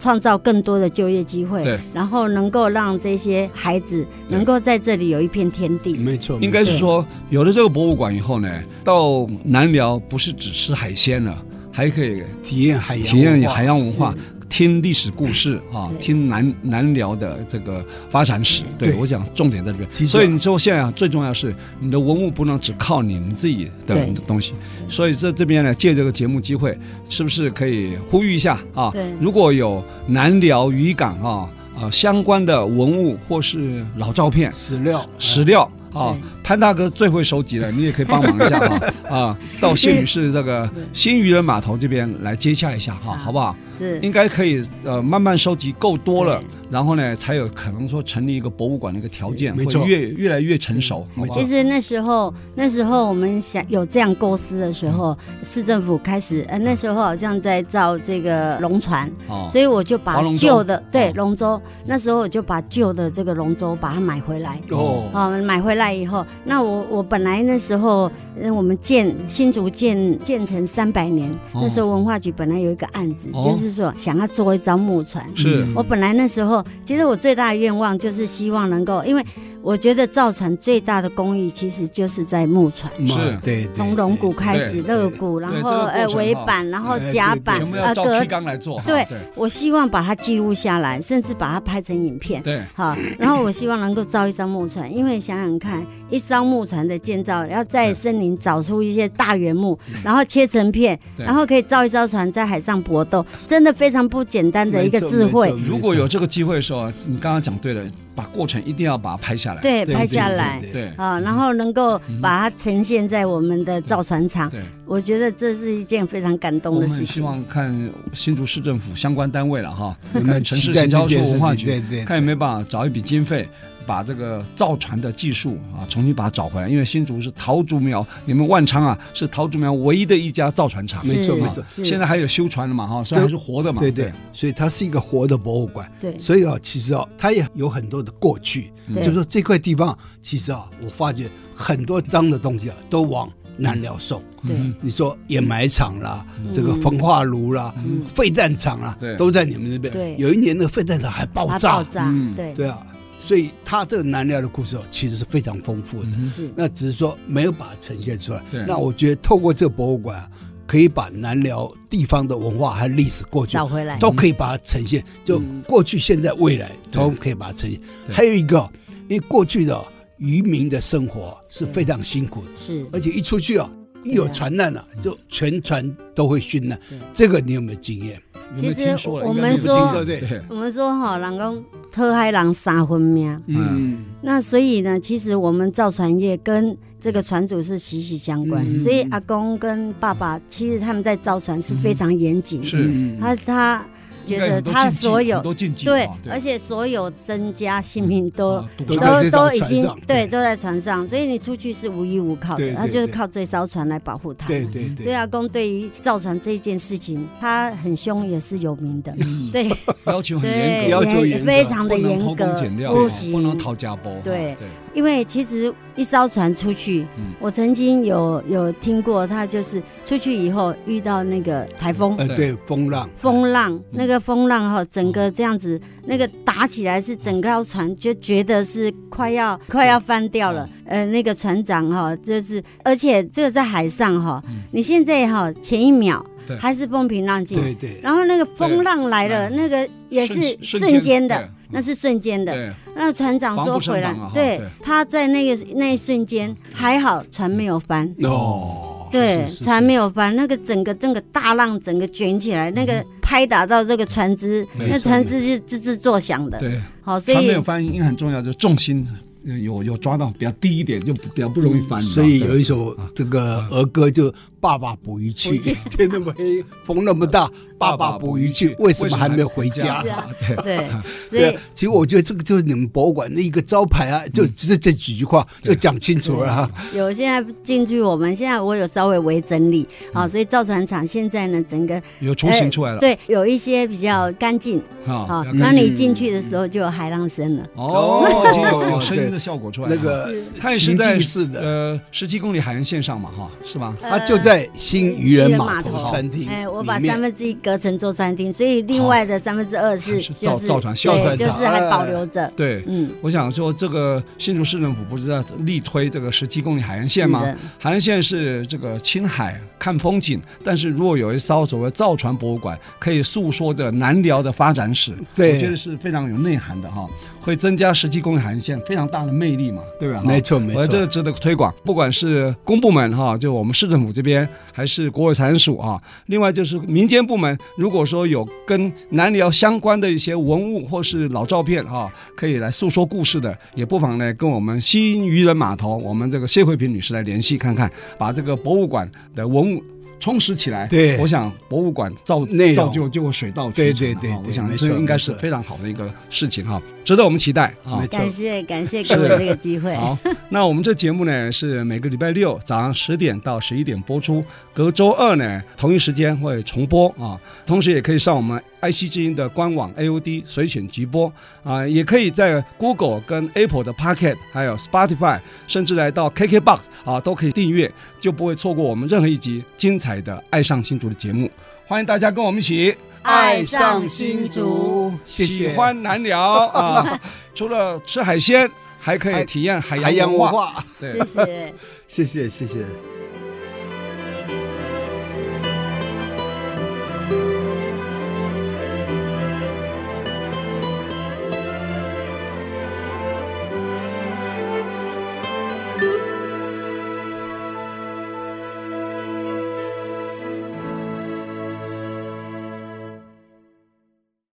S3: 创造更多的就业机会
S1: 对，
S3: 然后能够让这些孩子
S1: 对
S3: 能够在这里有一片天地。
S2: 没错，
S1: 应该是说，有了这个博物馆以后呢，到南寮不是只吃海鲜了，还可以
S2: 体验海洋
S1: 体验
S2: 文化
S1: 海洋文化
S3: 是，
S1: 听历史故事啊，
S3: 对
S1: 听南南寮的这个发展史。对
S2: 对
S1: 我讲重点在这边，
S2: 其实啊
S1: 所以你说现在啊，最重要是你的文物不能只靠你们自己的
S3: 对
S1: 东西。所以在这边呢，借这个节目机会，是不是可以呼吁一下啊？
S3: 对
S1: 如果有南寮渔港啊啊相关的文物或是老照片，
S2: 史料
S1: 史料
S3: 嗯
S1: 啊，潘大哥最会收集
S3: [laughs]
S1: 了，你也可以帮忙一下哈啊，到新宇市这个新渔人码头这边来接洽一下哈，
S3: 好
S1: 好不好？
S3: 是
S1: 应该可以呃慢慢收集够多了
S3: 对，
S1: 然后呢才有可能说成立一个博物馆的一个条件，
S2: 是没错
S1: 会越越来越成熟，好不好
S3: 其？实那时候，那时候我们想有这样构思的时候，市政府开始，呃，那时候好像在造这个龙船，
S1: 哦，
S3: 所以我就把
S1: 划龙舟
S3: 旧的对
S1: 哦
S3: 龙舟，那时候我就把旧的这个龙舟把它买回来。
S2: 哦，
S3: 啊、买回来以后，那我我本来那时候，呃我们建新竹建建成三百年，
S1: 哦
S3: 那时候文化局本来有一个案子，
S1: 哦
S3: 就是说想要做一艘木船。
S1: 是
S2: 嗯
S3: 我本来那时候，其实我最大的愿望就是希望能够，因为我觉得造船最大的工艺其实就是在木船。
S2: 嘛
S1: 是
S2: 对，对
S3: 从龙骨
S2: 对
S3: 开始，
S2: 对对
S3: 肋骨，然
S1: 对
S3: 后
S1: 这个过
S3: 呃
S1: 程
S3: 尾
S1: 哈
S3: 板，然后
S2: 哎
S3: 甲
S2: 对
S3: 板
S1: 全部
S3: 呃
S1: 要照
S3: 格
S1: 提纲来做，哈
S3: 对
S1: 对
S3: 我希望把它记录下来，甚至把它拍成影片。
S1: 对
S3: 好，然后我希望能够造一艘木船，因为想想看，一艘木船的建造，要在森林找出一些大原木，然后切成片，
S1: 对
S3: 然后可以造一艘船在海上搏斗，真的非常不简单的一个智慧。
S2: 没错
S1: 如果有这个机会的时候，你刚刚讲对了，把过程一定要把它拍下来，
S3: 对，
S2: 对
S3: 拍下
S2: 对对
S3: 来
S2: 对
S1: 对
S3: 啊，然后能够把它呈现在我们的造船厂，
S1: 对。
S3: 我觉得这是一件非常感
S1: 我
S3: 动的
S1: 们
S3: 事
S1: 很希
S3: 情。
S1: 望看新竹市政府相关单位了
S3: [laughs]
S1: 哈，
S2: 我
S1: 看
S2: 们
S1: 城
S2: 期
S1: 市
S2: 待
S1: 行销
S2: 这
S1: 处
S2: 件事
S1: 文化
S2: 情对
S1: 局，
S2: 对，
S1: 看有没有办法找一笔经费，把这个造船的技术啊重新把它找回来，因为新竹是桃竹苗，你们万昌啊是桃竹苗唯一的一家造船厂，
S3: 是
S2: 没错
S1: 啊
S2: 没错
S3: 是
S1: 现在还有修船的嘛哈，虽然还是活的嘛，
S2: 对对，所以它是一个活的博物馆。
S3: 对
S2: 所以啊，其实啊，它也有很多的过去，
S3: 对
S2: 就是说这块地方，其实啊，我发觉很多脏的东西啊，都往南寮送。
S3: 对
S2: 你说掩埋场啦，
S3: 嗯
S2: 这个焚化炉啦，
S3: 嗯
S2: 废弹厂啦
S1: 对，
S2: 都在你们那边。
S3: 对
S2: 有一年那个废弹厂还爆
S3: 它
S2: 炸，
S3: 爆炸
S1: 嗯，
S3: 对
S2: 对啊，所以它这个南寮的故事哦，其实是非常丰富的。
S3: 是
S2: 那只是说没有把它呈现出来
S1: 对。
S2: 那我觉得透过这个博物馆啊，可以把南寮地方的文化和历史过去
S3: 找回来。
S2: 都可以把它呈现，就过去、现在、未来都可以把它呈现。
S1: 对
S2: 还有一个，哦因为过去的哦渔民的生活是非常辛苦的，
S3: 是
S2: 而且一出去啊，一有船难啊，就全船都会殉难
S3: 对。
S2: 这个你有没有经验？
S1: 有没有听说了
S3: 其实我
S1: 应该
S3: 们
S1: 没有听
S3: 说
S1: 过对
S2: 对
S3: 我们说哈，老公讨海人呃三分命。
S2: 嗯，
S3: 那所以呢，其实我们造船业跟这个船主是息息相关，
S2: 嗯
S3: 所以阿公跟爸爸其实他们在造船是非常严谨的。
S1: 是
S2: 嗯
S3: 他他嗯觉得他所有
S1: 都禁忌，
S3: 对，而
S1: 而且
S3: 且所有身家性命都
S1: 啊都
S2: 都在
S3: 都
S2: 这
S3: 都
S2: 艘
S3: 已
S2: 船
S3: 经
S2: 上
S3: 对都在船上，所以你出去是无依无靠
S2: 对
S3: 的，
S2: 对
S3: 他就是
S2: 对
S3: 靠这艘船来保护他。
S2: 对对
S3: 所以
S2: 对，
S3: 阿公对于造船这一件事情，他很凶也是有名的，
S2: 嗯
S3: 对
S1: 要求很 [laughs] 严
S3: 对，
S1: 格，
S2: 要求
S3: 也
S2: 严格
S3: 非常的严
S1: 不能偷
S3: 格
S1: 工减，料，
S3: 不
S1: 不能
S3: 行。
S1: 讨家包，
S3: 对
S1: 对，
S3: 因为其实一艘船出去
S1: 嗯，
S3: 我曾经有有听过，他就是出去以后遇到那个台风，
S2: 呃对风浪，
S3: 风
S1: 嗯
S3: 浪，那个风浪哈，整个这样子，那个打起来是整条船就觉得是快要
S1: 嗯
S3: 快要翻掉了。呃，那个船长哈，就是而且这个在海上哈，你现在哈前一秒
S1: 嗯对
S3: 还是风平浪静，
S2: 对对，
S3: 然后那个风浪来了，
S1: 对
S3: 那个也是
S1: 瞬
S3: 瞬间
S1: 瞬
S3: 的
S1: 间，嗯
S3: 那是瞬间的。
S1: 对，
S3: 那船长
S1: 防
S3: 说
S1: 不胜
S3: 回来
S1: 防啊哈，
S3: 对
S1: 对，嗯
S3: 他在那个那一瞬间还好船没有翻。
S2: 哦，
S3: 对，
S2: 是是
S3: 船
S2: 是
S3: 没有翻，那个整个那个大浪整个卷起来，那个拍打到这个船只，
S1: 嗯没
S3: 那
S1: 错
S3: 船只是吱吱作响的。
S1: 对，
S3: 好，所
S1: 船没
S3: 以
S1: 有翻应该很重要，就是重心呃有有抓到比较低一点，就比较不容易翻。啊
S2: 所以有一
S1: 种
S2: 首这个儿歌就《爸爸捕鱼去》， [laughs] 天那么黑，风那么大，爸爸捕鱼去，为什么还没有回家？
S3: 家
S1: [laughs] 对，
S3: [laughs] 对，所
S2: 对
S3: 以
S2: 啊，其实我觉得这个就是你们博物馆的一个招牌啊，
S1: 嗯
S2: 就只是这几句话就讲清楚了啊。
S3: 有现在进去，我们现在我有稍微微整理，好，所以造船厂现在呢，整个
S1: 有雏形嗯出来了，
S3: 对有一些比较干净，好
S2: 哦
S1: 啊，，
S3: 那你进去的时候就有海浪声了。
S1: 哦，已经有有声音的效果出来了
S2: 那。个
S3: 是
S1: 它也是在
S2: 情境式的，
S1: 呃十七公里海岸线上嘛，哈，是吧？
S2: 它就在新渔人码头
S3: 渔人码头
S2: 餐厅里面。
S3: 哎，我把三分之一隔成做餐厅，所以另外的三分之二是
S1: 是
S3: 就
S1: 造
S3: 是
S1: 造船
S2: 造
S3: 对，
S2: 船哎
S3: 就
S2: 厂
S3: 是还保留着。
S1: 对，
S3: 嗯，
S1: 我想说，这个新竹市政府不是在力推这个十七公里海岸线
S3: 是
S1: 吗
S3: 的？
S1: 海岸线是这个青海看风景，但是如果有一艘所谓造船博物馆，可以诉说着南寮的发展史，
S2: 对
S1: 我觉得是非常有内涵的哈，会增加十七公里海岸线非常大的魅力嘛，对吧？哈
S2: 没错没
S1: 我觉得这
S2: 错
S1: 个，值得推广，不管是公部门哈，就我们市政府这边，还是国有财产署啊，另外就是民间部门，如果说有跟南寮相关的一些文物或是老照片啊，可以来诉说故事的，也不妨呢跟我们新渔人码头，我们这个谢慧萍女士来联系看看，把这个博物馆的文物。充实起来，
S2: 对
S1: 我想博物馆造
S2: 内容
S1: 造就就会水到渠成
S2: 对对
S1: 了
S2: 对
S1: 哈我
S2: 对
S1: 想
S2: 没
S1: 这
S2: 错
S1: 应该
S2: 没
S1: 是
S2: 错
S1: 非常好的一个事情哈，值得我们期待啊
S2: 没。错
S3: 感谢感谢给我这个机会。
S1: 好，那我们这节目呢是每个礼拜六早上十点到十一点播出，隔周二呢同一时间会重播啊。同时也可以上我们爱惜之音的官网 AOD 随选直播啊，也可以在 Google 跟 Apple 的 Pocket，还有 Spotify，甚至来到 KKBox 啊都可以订阅，就不会错过我们任何一集精彩的《爱上新竹》的节目。欢迎大家跟我们一起
S3: 爱上新竹。
S2: 哦谢谢
S1: 喜欢南聊啊！除了吃海鲜，还可以体验海
S2: 海
S1: 洋
S2: 洋
S1: 文
S2: 文
S1: 化。
S2: 化，
S1: 对
S3: 谢谢。
S2: 谢谢谢谢。